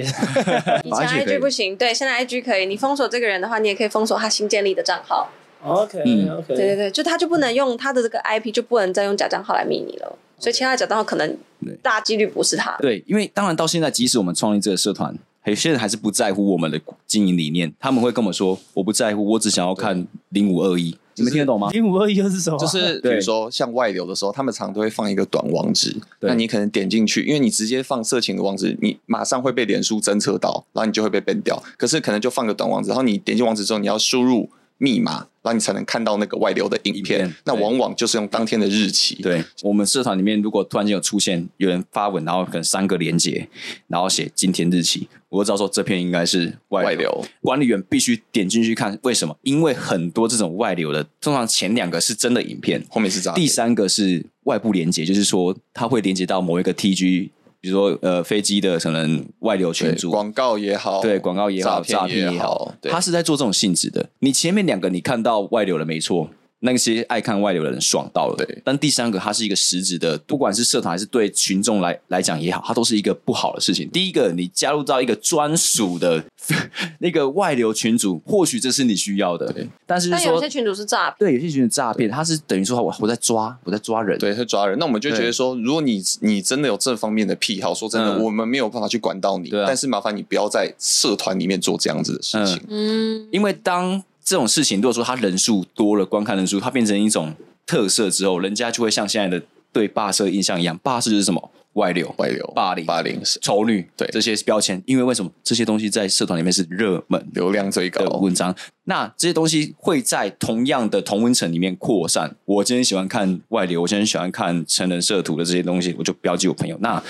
Speaker 4: 以
Speaker 5: 反
Speaker 4: 前
Speaker 5: 正也可以
Speaker 4: IG 不行，对，现在 IG 可以。你封锁这个人的话，你也可以封锁他新建立的账号。
Speaker 3: OK
Speaker 5: 嗯
Speaker 3: OK，
Speaker 4: 对对对，就他就不能用他的这个 IP，就不能再用假账号来密你了。所以其他的假账号可能
Speaker 5: 对
Speaker 4: 大几率不是他。
Speaker 5: 对，因为当然到现在，即使我们创立这个社团，有些人还是不在乎我们的经营理念，他们会跟我说我不在乎，我只想要看零五二一，你们听得懂吗？
Speaker 3: 零五二一又是什么啊？
Speaker 6: *laughs* 就是比
Speaker 5: 对
Speaker 6: 如说像外流的时候，他们常常都会放一个短网址，
Speaker 5: 对
Speaker 6: 那你可能点进去，因为你直接放色情的网址，你马上会被脸书侦测到，然后你就会被 ban 掉。可是可能就放个短网址，然后你点进网址之后，你要输入密码，然后你才能看到那个外流的影
Speaker 5: 影
Speaker 6: 片。
Speaker 5: 片
Speaker 6: 那
Speaker 5: 对
Speaker 6: 往往就是用当天的日期。
Speaker 5: 对我们社团里面，如果突然间有出现有人发文，然后可能三个连接，然后写今天日期，我就知道说这篇应该是外
Speaker 6: 外流
Speaker 5: 管理员必须点进去看，为什么？因为很多这种外流的，通常前两个是真的影片，
Speaker 6: 后面是诈骗
Speaker 5: 第三个是外部连接，就是说它会连接到某一个 TG，比如说呃飞机的可能外流群
Speaker 6: 对
Speaker 5: 组，
Speaker 6: 广告也好，
Speaker 5: 对广告也好，
Speaker 6: 诈
Speaker 5: 诈骗
Speaker 6: 也
Speaker 5: 好，
Speaker 6: 对
Speaker 5: 他是在做这种性质的。你前面两个你看到外流了没错，那些爱看外流的人爽到了，
Speaker 6: 对
Speaker 5: 但第三个，它是一个实质的，不管是社团还是对群众来来讲也好，它都是一个不好的事情。第一个，你加入到一个专属的 *laughs* 那个外流群组，或许这是你需要的
Speaker 6: 对，
Speaker 5: 但是
Speaker 4: 但有些
Speaker 5: 说。
Speaker 4: 群主是诈骗。
Speaker 5: 对，有些群组诈骗，它是等于说我我在抓，我在抓人，
Speaker 6: 对，会抓人。那我们就觉得说，如果你你真的有这方面的癖好，说真的，
Speaker 5: 嗯
Speaker 6: 我们没有办法去管到你，
Speaker 5: 对啊
Speaker 6: 但是麻烦你不要在社团里面做这样子的事
Speaker 5: 嗯
Speaker 6: 情。
Speaker 4: 嗯，
Speaker 5: 因为当这种事情，如果说它人数多了，观看人数它变成一种特色之后，人家就会像现在的对霸社印象一样，霸社就是什么外流、
Speaker 6: 外流
Speaker 5: 霸凌、
Speaker 6: 霸凌是
Speaker 5: 丑女，
Speaker 6: 对
Speaker 5: 这些标签。因为为什么这些东西在社团里面是热门
Speaker 6: 流量最高
Speaker 5: 的，文章？那这些东西会在同样的同温层里面扩散。我今天喜欢看外流，我今天喜欢看成人社图的这些东西，我就标记我朋友。那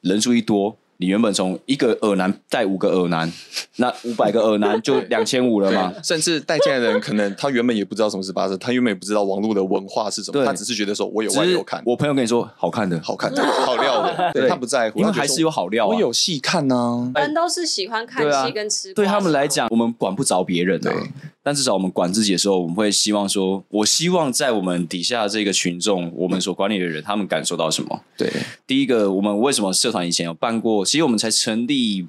Speaker 5: 人数一多。你原本从一个耳男带五个耳男，那五百个耳男就两千五了嘛？
Speaker 6: 对 *laughs* 甚至带进来的人可能他原本也不知道什么是巴士，他原本也不知道网络的文化是什么，
Speaker 5: 对
Speaker 6: 他只是觉得说我有
Speaker 5: 只
Speaker 6: 外
Speaker 5: 是
Speaker 6: 流看，
Speaker 5: 我朋友跟你说好看的，
Speaker 6: 好看的、好料的，对
Speaker 5: *laughs* 对
Speaker 6: 他不在乎，
Speaker 5: 因为
Speaker 6: 他就
Speaker 5: 还
Speaker 6: 说
Speaker 5: 是有好料啊。
Speaker 6: 我有戏看啊呐、
Speaker 4: 人都是喜欢看
Speaker 5: 对啊
Speaker 4: 戏跟吃瓜
Speaker 5: 对他们来
Speaker 4: 是吗
Speaker 5: 讲，我们管不着别人啊
Speaker 6: 对，
Speaker 5: 但至少我们管自己的时候，我们会希望说，我希望在我们底下这个群众，我们所管理的人，他们感受到什么？
Speaker 6: 对，
Speaker 5: 第一个，我们为什么社团以前有办过？其实我们才成立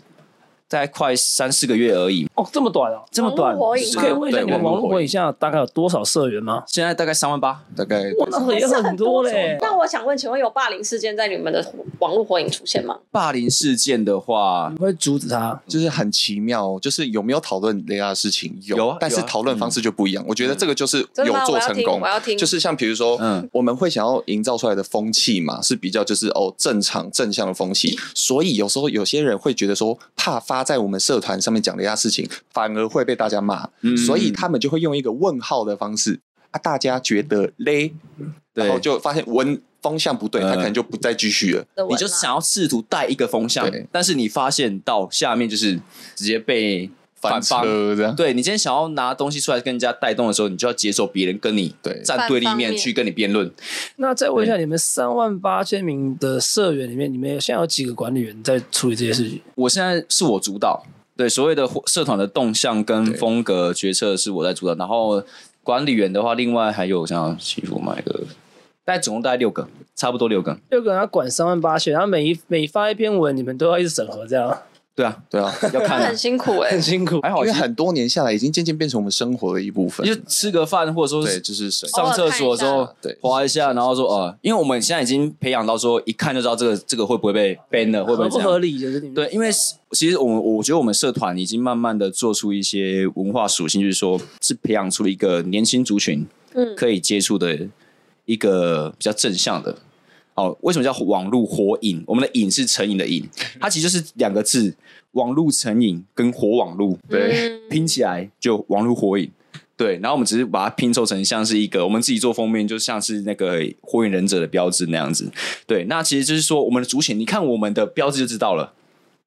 Speaker 5: 大概快三四个月而已，
Speaker 3: 哦，这么短哦，
Speaker 5: 这么短
Speaker 4: 网络，火影
Speaker 5: 是
Speaker 4: 吗
Speaker 3: 可以问一下
Speaker 6: 对
Speaker 3: 你们
Speaker 6: 网
Speaker 3: 网
Speaker 6: 络
Speaker 3: 络火影现在大概有多少社员吗？
Speaker 5: 现在大概三万八。
Speaker 6: 大概
Speaker 3: 哇，那也很多嘞。
Speaker 4: 那我想问，请问有霸凌事件在你们的网络火影出现吗？
Speaker 5: 霸凌事件的话
Speaker 3: 你，会阻止他？
Speaker 6: 就是很奇妙，就是有没有讨论雷亚的事情？有，
Speaker 5: 有啊
Speaker 6: 但是
Speaker 5: 有啊
Speaker 6: 讨论方式就不一样。我觉得这个就是
Speaker 4: 嗯真的
Speaker 6: 有
Speaker 4: 吗
Speaker 6: 做成
Speaker 4: 我要
Speaker 6: 功，
Speaker 4: 听我要听
Speaker 6: 就是像比如说，
Speaker 5: 嗯
Speaker 6: 我们会想要营造出来的风气嘛，是比较就是哦正常正向的风气。所以有时候有些人会觉得说，怕发在我们社团上面讲雷亚事情，反而会被大家骂，
Speaker 5: 嗯
Speaker 6: 所以他们就会用一个问号的方式啊，大家觉得嘞，
Speaker 5: 对
Speaker 6: 然后就发现文风向不对，
Speaker 5: 嗯
Speaker 6: 他可能就不再继续了。
Speaker 4: 的文啊
Speaker 5: 你
Speaker 4: 吗
Speaker 5: 就想要试图带一个风向
Speaker 6: 对，
Speaker 5: 但是你发现到下面就是直接被
Speaker 6: 翻
Speaker 5: 反方
Speaker 6: 车这样，
Speaker 5: 对你今天想要拿东西出来跟人家带动的时候，你就要接受别人跟你
Speaker 6: 对
Speaker 5: 站对立
Speaker 4: 反方
Speaker 5: 面
Speaker 4: 面
Speaker 5: 去跟你辩论。
Speaker 3: 那再问一下，你们三万八千名的社员里面，你们现在有几个管理员在处理这些事情？
Speaker 5: 我现在是我主导，对所谓的社团的动向跟风格决策是我在主导，然后管理员的话，另外还有像欺负买个，大概总共大概六个，差不多六个。
Speaker 3: 六个人要管三万八千，然后每一每发一篇文，你们都要一直审核，这样
Speaker 5: 对啊，
Speaker 6: 对啊。
Speaker 5: 要看
Speaker 4: 那
Speaker 5: 啊、
Speaker 4: 很辛苦哎、
Speaker 6: *laughs*
Speaker 3: 很辛苦。
Speaker 5: 还好
Speaker 6: 因为
Speaker 5: 其实
Speaker 6: 很多年下来，已经渐渐变成我们生活的一部分。
Speaker 5: 就吃个饭，或者说
Speaker 6: 对，
Speaker 5: 是
Speaker 6: 就是神
Speaker 5: 上厕所的时
Speaker 4: 偶
Speaker 5: 候
Speaker 4: 尔
Speaker 6: 看一下
Speaker 5: 划一下，然后说呃，因为我们现在已经培养到说一看就知道这个这个会不会被 ban 了，会
Speaker 3: 合
Speaker 5: 不会
Speaker 3: 不
Speaker 5: 这样
Speaker 3: 合理？就是你们
Speaker 5: 对，因为是其实我们我觉得我们社团已经慢慢的做出一些文化属性，就是说是培养出了一个年轻族群
Speaker 4: 嗯，
Speaker 5: 可以接触的一个比较正向的。哦，为什么叫网络火影？我们的影是成瘾的瘾，它其实就是两个字：网络成瘾跟火网络。
Speaker 6: 对，
Speaker 5: 拼起来就网络火影。对，然后我们只是把它拼凑成像是一个我们自己做封面，就像是那个火影忍者的标志那样子。对，那其实就是说我们的主显，你看我们的标志就知道了，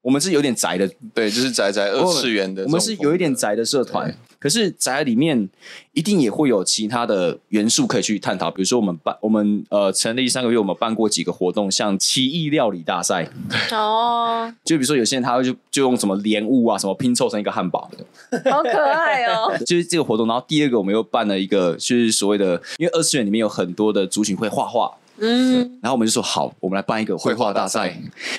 Speaker 5: 我们是有点宅的，
Speaker 6: 对，就是宅宅二次元的
Speaker 5: 我
Speaker 6: 这种风格，
Speaker 5: 们是有一点宅的社团
Speaker 6: 对。
Speaker 5: 可是宅里面一定也会有其他的元素可以去探讨，比如说我们办我们呃成立三个月，我们办过几个活动，像奇异料理大赛，
Speaker 4: 哦，
Speaker 5: 就比如说有些人他会就就用什么莲雾啊什么拼凑成一个汉堡，
Speaker 4: 好可爱哦，
Speaker 5: 就是这个活动。然后第二个，我们又办了一个，就是所谓的，因为二次元里面有很多的族群会画画，
Speaker 4: *laughs* 嗯，
Speaker 5: 然后我们就说好，我们来办一个绘画大赛
Speaker 6: 绘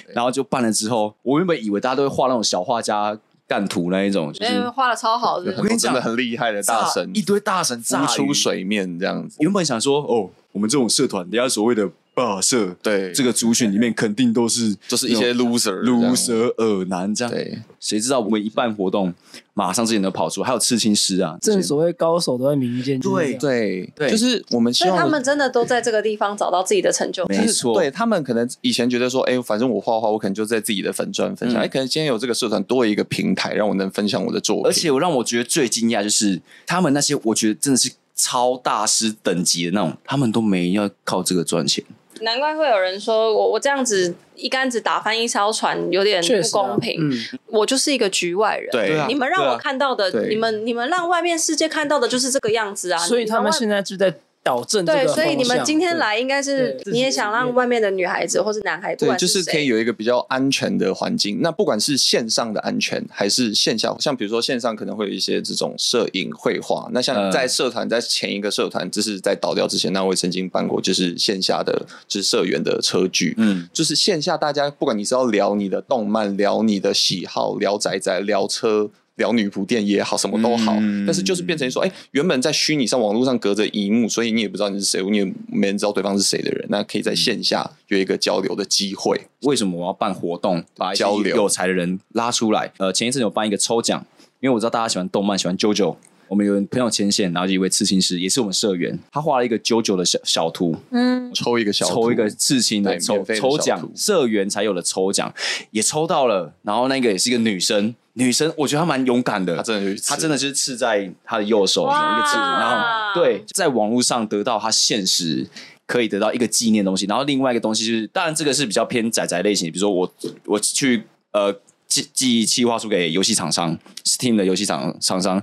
Speaker 6: 画。
Speaker 5: 然后就办了之后，我原本以为大家都会画那种小画家干图那一种，就
Speaker 4: 因
Speaker 5: 是
Speaker 4: 为哎画的超好的
Speaker 5: 我，跟你
Speaker 6: 真
Speaker 5: 讲
Speaker 6: 的很厉害的大神，
Speaker 5: 一堆大神
Speaker 6: 浮
Speaker 5: 炸
Speaker 6: 出
Speaker 5: 鱼。
Speaker 6: 水面这样子。
Speaker 5: 原本想说，哦，我们这种社团，人家所谓的霸社，
Speaker 6: 对，
Speaker 5: 这个族群里面肯定都是
Speaker 6: 就是一些 loser 这样
Speaker 5: 乳蛇耳男这样。
Speaker 6: 对，
Speaker 5: 谁知道我们一办活动，马上这些人都跑出，还有刺青师啊，
Speaker 3: 正所谓高手都在民间，就是这
Speaker 5: 对
Speaker 3: 样
Speaker 6: 对
Speaker 5: 对
Speaker 6: 就是我们
Speaker 4: 所
Speaker 6: 希
Speaker 4: 以
Speaker 6: 望
Speaker 4: 他们真的都在这个地方找到自己的成就感。
Speaker 5: 没
Speaker 6: 就是
Speaker 5: 错，
Speaker 6: 对他们可能以前觉得说，哎、反正我画画，我可能就在自己的粉砖分享。
Speaker 5: 嗯
Speaker 6: 哎、可能今天有这个社团多一个平台，让我能分享我的作品。
Speaker 5: 而且我让我觉得最惊讶就是，他们那些我觉得真的是超大师等级的那种，他们都没要靠这个赚钱。
Speaker 4: 难怪会有人说我我这样子一竿子打翻一艘船，有点
Speaker 3: 确
Speaker 4: 不
Speaker 3: 实啊
Speaker 4: 公平。
Speaker 3: 嗯，
Speaker 4: 我就是一个局外人。
Speaker 6: 对
Speaker 5: 啊
Speaker 4: 你们让
Speaker 5: 对啊
Speaker 4: 我看到的，
Speaker 6: 对
Speaker 4: 你们你们让外面世界看到的就是这个样子啊。
Speaker 3: 所以他
Speaker 4: 你
Speaker 3: 们
Speaker 4: 外
Speaker 3: 现在就在导正这
Speaker 4: 对，
Speaker 3: 个
Speaker 4: 所以你
Speaker 3: 方
Speaker 4: 们
Speaker 3: 向
Speaker 4: 今天
Speaker 3: 对
Speaker 4: 来应该是
Speaker 3: 对
Speaker 4: 你也想让外面的女孩子或是男孩，不
Speaker 6: 对，
Speaker 4: 管
Speaker 6: 就是可以
Speaker 4: 有
Speaker 6: 有一个比较安全的环境。那不管是线上的安全，还是线下，像比如说线上可能会有一些这种摄影、绘画。那像
Speaker 5: 嗯
Speaker 6: 在社团，在前一个社团，就是在倒掉之前，那我也曾经办过，就是线下的，就是社员的车聚。
Speaker 5: 嗯，
Speaker 6: 就是线下大家不管你是要聊你的动漫、聊你的喜好、聊宅宅、聊车、聊女仆店也好，什么都好，
Speaker 5: 嗯
Speaker 6: 但是就是变成说，哎、原本在虚拟上网络上隔着荧幕，所以你也不知道你是谁，你也没人知道对方是谁的人，那可以在线下有一个交流的机会。
Speaker 5: 为什么我要办活动，把一些
Speaker 6: 交流
Speaker 5: 有才的人拉出来？呃，前一阵有办一个抽奖，因为我知道大家喜欢动漫，喜欢 JoJo。我们有人朋友牵线，然后一位刺青师也是我们社员，他画了一个九九的小小图，
Speaker 4: 嗯，
Speaker 6: 抽一个小
Speaker 5: 抽一个
Speaker 6: 图
Speaker 5: 刺青的
Speaker 6: 对
Speaker 5: 抽
Speaker 6: 免费的
Speaker 5: 抽
Speaker 6: 小
Speaker 5: 奖
Speaker 6: 图，
Speaker 5: 社员才有的抽奖也抽到了，然后那个也是一个女生，女生我觉得她蛮勇敢的，
Speaker 6: 她真的有去刺
Speaker 5: 她真的是刺在她的右手
Speaker 4: 哇
Speaker 5: 一个刺，然后对，在网络上得到她现实。可以得到一个纪念的东西，然后另外一个东西就是，当然这个是比较偏仔仔类型，比如说我我去呃寄寄企划书给游戏厂商，Steam 的游戏厂厂商，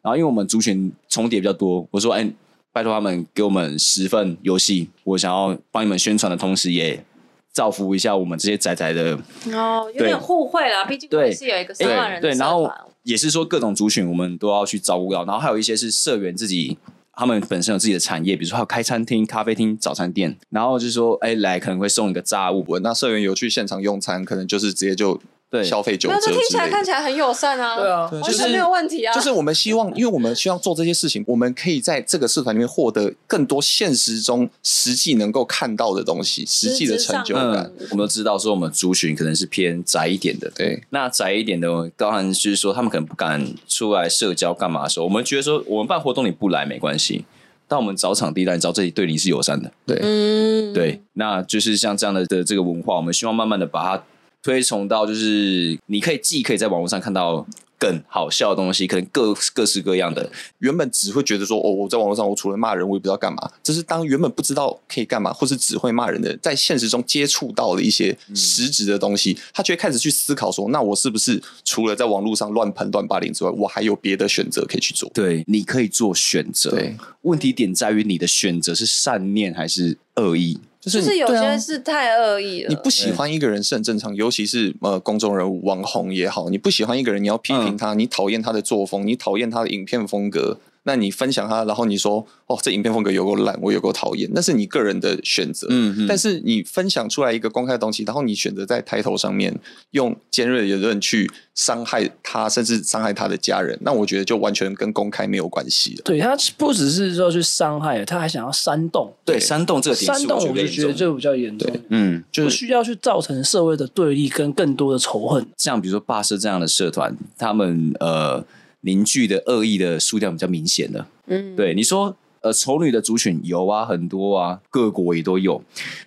Speaker 5: 然后因为我们族群重叠比较多，我说哎、拜托他们给我们十份游戏，我想要帮你们宣传的同时，也造福一下我们这些仔仔的
Speaker 4: 哦，有点互惠啦，毕竟我
Speaker 5: 对
Speaker 4: 们是有一个三万人的
Speaker 5: 对，然
Speaker 4: 社
Speaker 5: 后
Speaker 4: 团
Speaker 5: 也是说各种族群我们都要去照顾到，然后还有一些是社员自己。他们本身有自己的产业，比如说还有开餐厅、咖啡厅、早餐店，然后就是说，哎，来可能会送一个炸物，
Speaker 6: 我那社员有去现场用餐，可能就是直接就
Speaker 5: 对
Speaker 6: 消费九
Speaker 4: 没有，
Speaker 6: 折
Speaker 4: 啊这听
Speaker 6: 之
Speaker 4: 起来
Speaker 6: 类的
Speaker 4: 看。起来很友善啊，
Speaker 3: 对啊
Speaker 6: 对
Speaker 4: 完
Speaker 6: 就
Speaker 4: 全
Speaker 6: 是
Speaker 4: 没有问题啊，
Speaker 6: 就是我们希望，因为我们需要做这些事情，我们可以在这个社团里面获得更多现实中实际能够看到的东西，实际的成就
Speaker 4: 有
Speaker 5: 嗯
Speaker 6: 感。，
Speaker 5: 我们都知道说我们族群可能是偏宅一点的，
Speaker 6: 对，
Speaker 5: 那窄一点的，当然就是说他们可能不敢出来社交干嘛的时候，我们觉得说我们办活动你不来没关系，但我们找场地让你知道这里对你是友善的，
Speaker 4: 嗯，
Speaker 5: 对，那就是像这样的的这个文化，我们希望慢慢的把它推崇到，就是你可以既可以在网络上看到更好笑的东西，可能各各式各样的，
Speaker 6: 原本只会觉得说，哦，我在网络上我除了骂人，我也不知道干嘛。这是当原本不知道可以干嘛，或是只会骂人的人，在现实中接触到了一些实质的东西，他就会开始去思考说，那我是不是除了在网络上乱喷乱霸凌之外，我还有别的选择可以去做？
Speaker 5: 对，你可以做选择
Speaker 6: 对。
Speaker 5: 问题点在于你的选择是善念还是恶意？
Speaker 6: 就
Speaker 4: 就是
Speaker 6: 你
Speaker 4: 有
Speaker 6: 对啊
Speaker 4: 些是太恶意了，
Speaker 6: 你不喜欢一个人是很正常，尤其是呃公众人物、网红也好，你不喜欢一个人，你要批评他，你讨厌他的作风，你讨厌他的影片风格，那你分享他，然后你说哦，这影片风格有够烂，我有够讨厌，那是你个人的选择。
Speaker 5: 嗯嗯
Speaker 6: 但是你分享出来一个公开的东西，然后你选择在抬头上面用尖锐的言论去伤害他，甚至伤害他的家人，那我觉得就完全跟公开没有关系了。
Speaker 3: 对他不只是说去伤害，他还想要煽动。
Speaker 5: 对，煽动这个点
Speaker 3: 煽
Speaker 5: 是
Speaker 3: 动
Speaker 5: 我
Speaker 3: 我就
Speaker 5: 觉得
Speaker 3: 觉得
Speaker 5: 严重的
Speaker 3: 这比较严重，
Speaker 5: 嗯，
Speaker 3: 就需要去造成社会的对立跟更多的仇恨。
Speaker 5: 像比如说霸社这样的社团，他们呃凝聚的恶意的数量比较明显的。
Speaker 4: 嗯，
Speaker 5: 对，你说呃丑女的族群有啊，很多啊，各国也都有。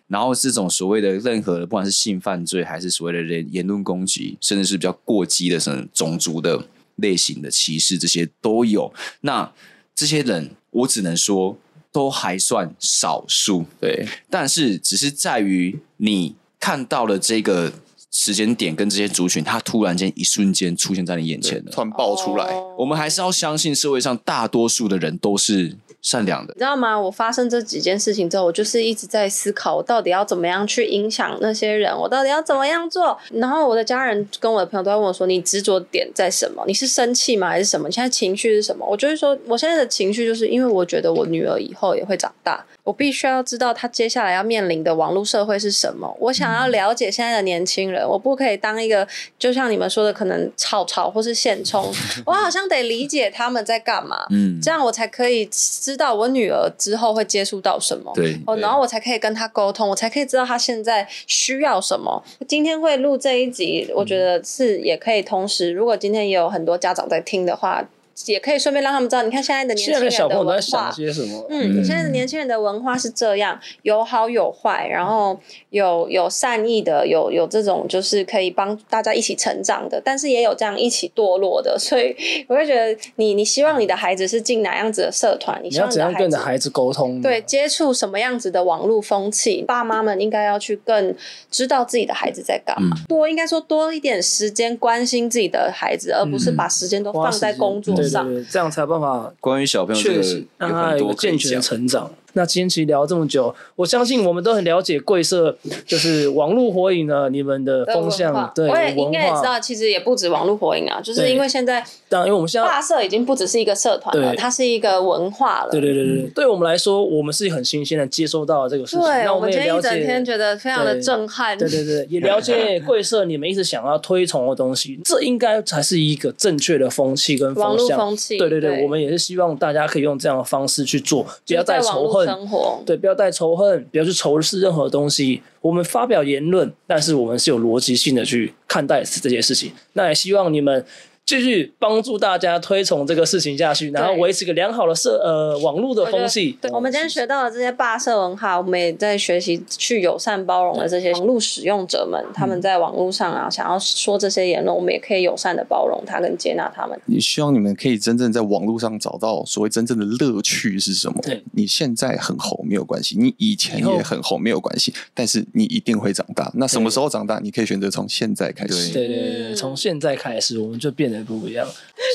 Speaker 5: 然后这种所谓的任何的，不管是性犯罪，还是所谓的言言论攻击，甚至是比较过激的什么种族的类型的歧视，这些都有。那这些人，我只能说都还算少数。
Speaker 6: 对，
Speaker 5: 但是只是在于你看到了这个时间点跟这些族群，它突然间一瞬间出现在你眼前
Speaker 6: 突
Speaker 5: 了。
Speaker 6: 然爆出来，
Speaker 4: 哦
Speaker 5: 我们还是要相信社会上大多数的人都是善良的
Speaker 4: 你。知道吗？我发生这几件事情之后，我就是一直在思考，我到底要怎么样去影响那些人，我到底要怎么样做。然后我的家人跟我的朋友都在问我说：“你执着点在什么？你是生气吗？还是什么？你现在情绪是什么？”我就是说，我现在的情绪就是因为我觉得我女儿以后也会长大，我必须要知道她接下来要面临的网络社会是什么。我想要了解现在的年轻人，我不可以当一个就像你们说的，可能吵吵或是现充，我好像得理解他们在干嘛。
Speaker 5: 嗯
Speaker 4: 这样我才可以知道我女儿之后会接触到什么。
Speaker 5: 对
Speaker 4: 哦，然后我才可以跟她沟通，我才可以知道她现在需要什么。今天会录这一集，我觉得是也可以同时，
Speaker 3: 嗯
Speaker 4: 如果今天也有很多家长在听的话，也可以顺便让他们知道，你看现在的年
Speaker 3: 现在
Speaker 4: 轻
Speaker 3: 的小
Speaker 4: 人
Speaker 3: 朋
Speaker 4: 的
Speaker 3: 友都在
Speaker 4: 文
Speaker 3: 想
Speaker 4: 化。
Speaker 3: 些什么？
Speaker 4: 嗯，
Speaker 5: 嗯
Speaker 4: 现在的年轻人的文化是
Speaker 3: 嗯
Speaker 4: 这样，有好有坏，然后有有善意的，有有这种就是可以帮大家一起成长的，但是也有这样一起堕落的，所以我会觉得你你希望你的孩子是进哪样子的社团，你
Speaker 3: 你
Speaker 4: 希
Speaker 3: 要
Speaker 4: 望
Speaker 3: 怎样跟你
Speaker 4: 的
Speaker 3: 的
Speaker 4: 孩子。
Speaker 3: 孩子嗯沟通？
Speaker 4: 对，，接触什么样子的网络风气，爸妈们应该要去更知道自己的孩子在干
Speaker 3: 嗯
Speaker 4: 嘛，多应该说多一点时间关心自己的孩子，而不
Speaker 3: 嗯
Speaker 4: 是把时间都放在工作
Speaker 3: 对
Speaker 4: 上
Speaker 3: 对。对，这样才有办法
Speaker 5: 关于小朋友这
Speaker 3: 确
Speaker 5: 个
Speaker 3: 实
Speaker 5: 有
Speaker 3: 让他有
Speaker 5: 很多
Speaker 3: 个
Speaker 5: 可
Speaker 3: 健
Speaker 5: 以
Speaker 3: 全的
Speaker 5: 讲，
Speaker 3: 成长。那今天其实聊了这么久，我相信我们都很了解贵社，就是网络火影呢，你们的
Speaker 4: 的
Speaker 3: 风
Speaker 4: 文
Speaker 3: 向
Speaker 4: 化，
Speaker 3: 对
Speaker 4: 我也应
Speaker 3: 文
Speaker 4: 该也知
Speaker 3: 化。
Speaker 4: 道，其实也不止网络火影啊，就是
Speaker 3: 对
Speaker 4: 因为现在
Speaker 3: 当然，因为我们现在
Speaker 4: 霸社已经不只是一个社团了，
Speaker 3: 对
Speaker 4: 它是一个文化了。
Speaker 3: 对对对对，对对我们来说，我们是很新鲜的接收到了这个事情，
Speaker 4: 嗯对
Speaker 3: 那
Speaker 4: 我
Speaker 3: 们
Speaker 4: 们
Speaker 3: 也
Speaker 4: 今天
Speaker 3: 了
Speaker 4: 一整天
Speaker 3: 解。
Speaker 4: 觉得非常的
Speaker 3: 对
Speaker 4: 震撼。
Speaker 3: 对对
Speaker 4: *laughs*
Speaker 3: 对，也了解贵社你们一直想要推崇的东西，这应该才是一个正确的风气跟
Speaker 4: 网
Speaker 3: 风
Speaker 4: 络
Speaker 3: 向。
Speaker 4: 风气，
Speaker 3: 对对对，我们也是希望大家可以用这样的方式去做，不
Speaker 4: 就
Speaker 3: 要
Speaker 4: 是在
Speaker 3: 带
Speaker 4: 网
Speaker 3: 仇
Speaker 4: 络
Speaker 3: 恨，
Speaker 4: 生活。
Speaker 3: 对，不要带仇恨，不要去仇视任何东西。我们发表言论，但是我们是有逻辑性的去看待这些事情。那也希望你们继续帮助大家推崇这个事情下去，然后维持一个良好的社呃网络的风气。
Speaker 4: 对，我们今天学到的这些霸社文化，我们也在学习去友善包容的这些网络使用者们，他
Speaker 3: 嗯
Speaker 4: 们在网络上啊，想要说这些言论，我们也可以友善的包容他跟接纳他们。
Speaker 6: 你希望你们可以真正在网络上找到所谓真正的乐趣是什么？
Speaker 3: 对，
Speaker 6: 你现在很红没有关系，你以前
Speaker 3: 以后
Speaker 6: 也很红没有关系，但是你一定会长大。那什么时候长大？你可以选择从现在开始。
Speaker 3: 对对对，对从现在开始我们就变得不一样。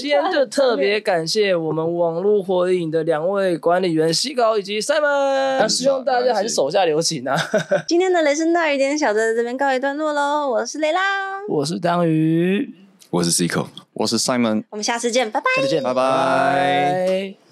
Speaker 3: 今天就
Speaker 4: *laughs*
Speaker 3: 特别感谢我们网络火影的两位管理员西高以及 Simon，那希望大家还是手下留情啊！
Speaker 4: 今天的雷声大雨点小，就在这边告一段落喽。我是雷拉，
Speaker 3: 我是章鱼，
Speaker 5: 我是 Cico。
Speaker 6: 我是 Simon，
Speaker 4: 我们下次见，拜拜。
Speaker 3: 下次见，
Speaker 6: 拜拜
Speaker 3: 拜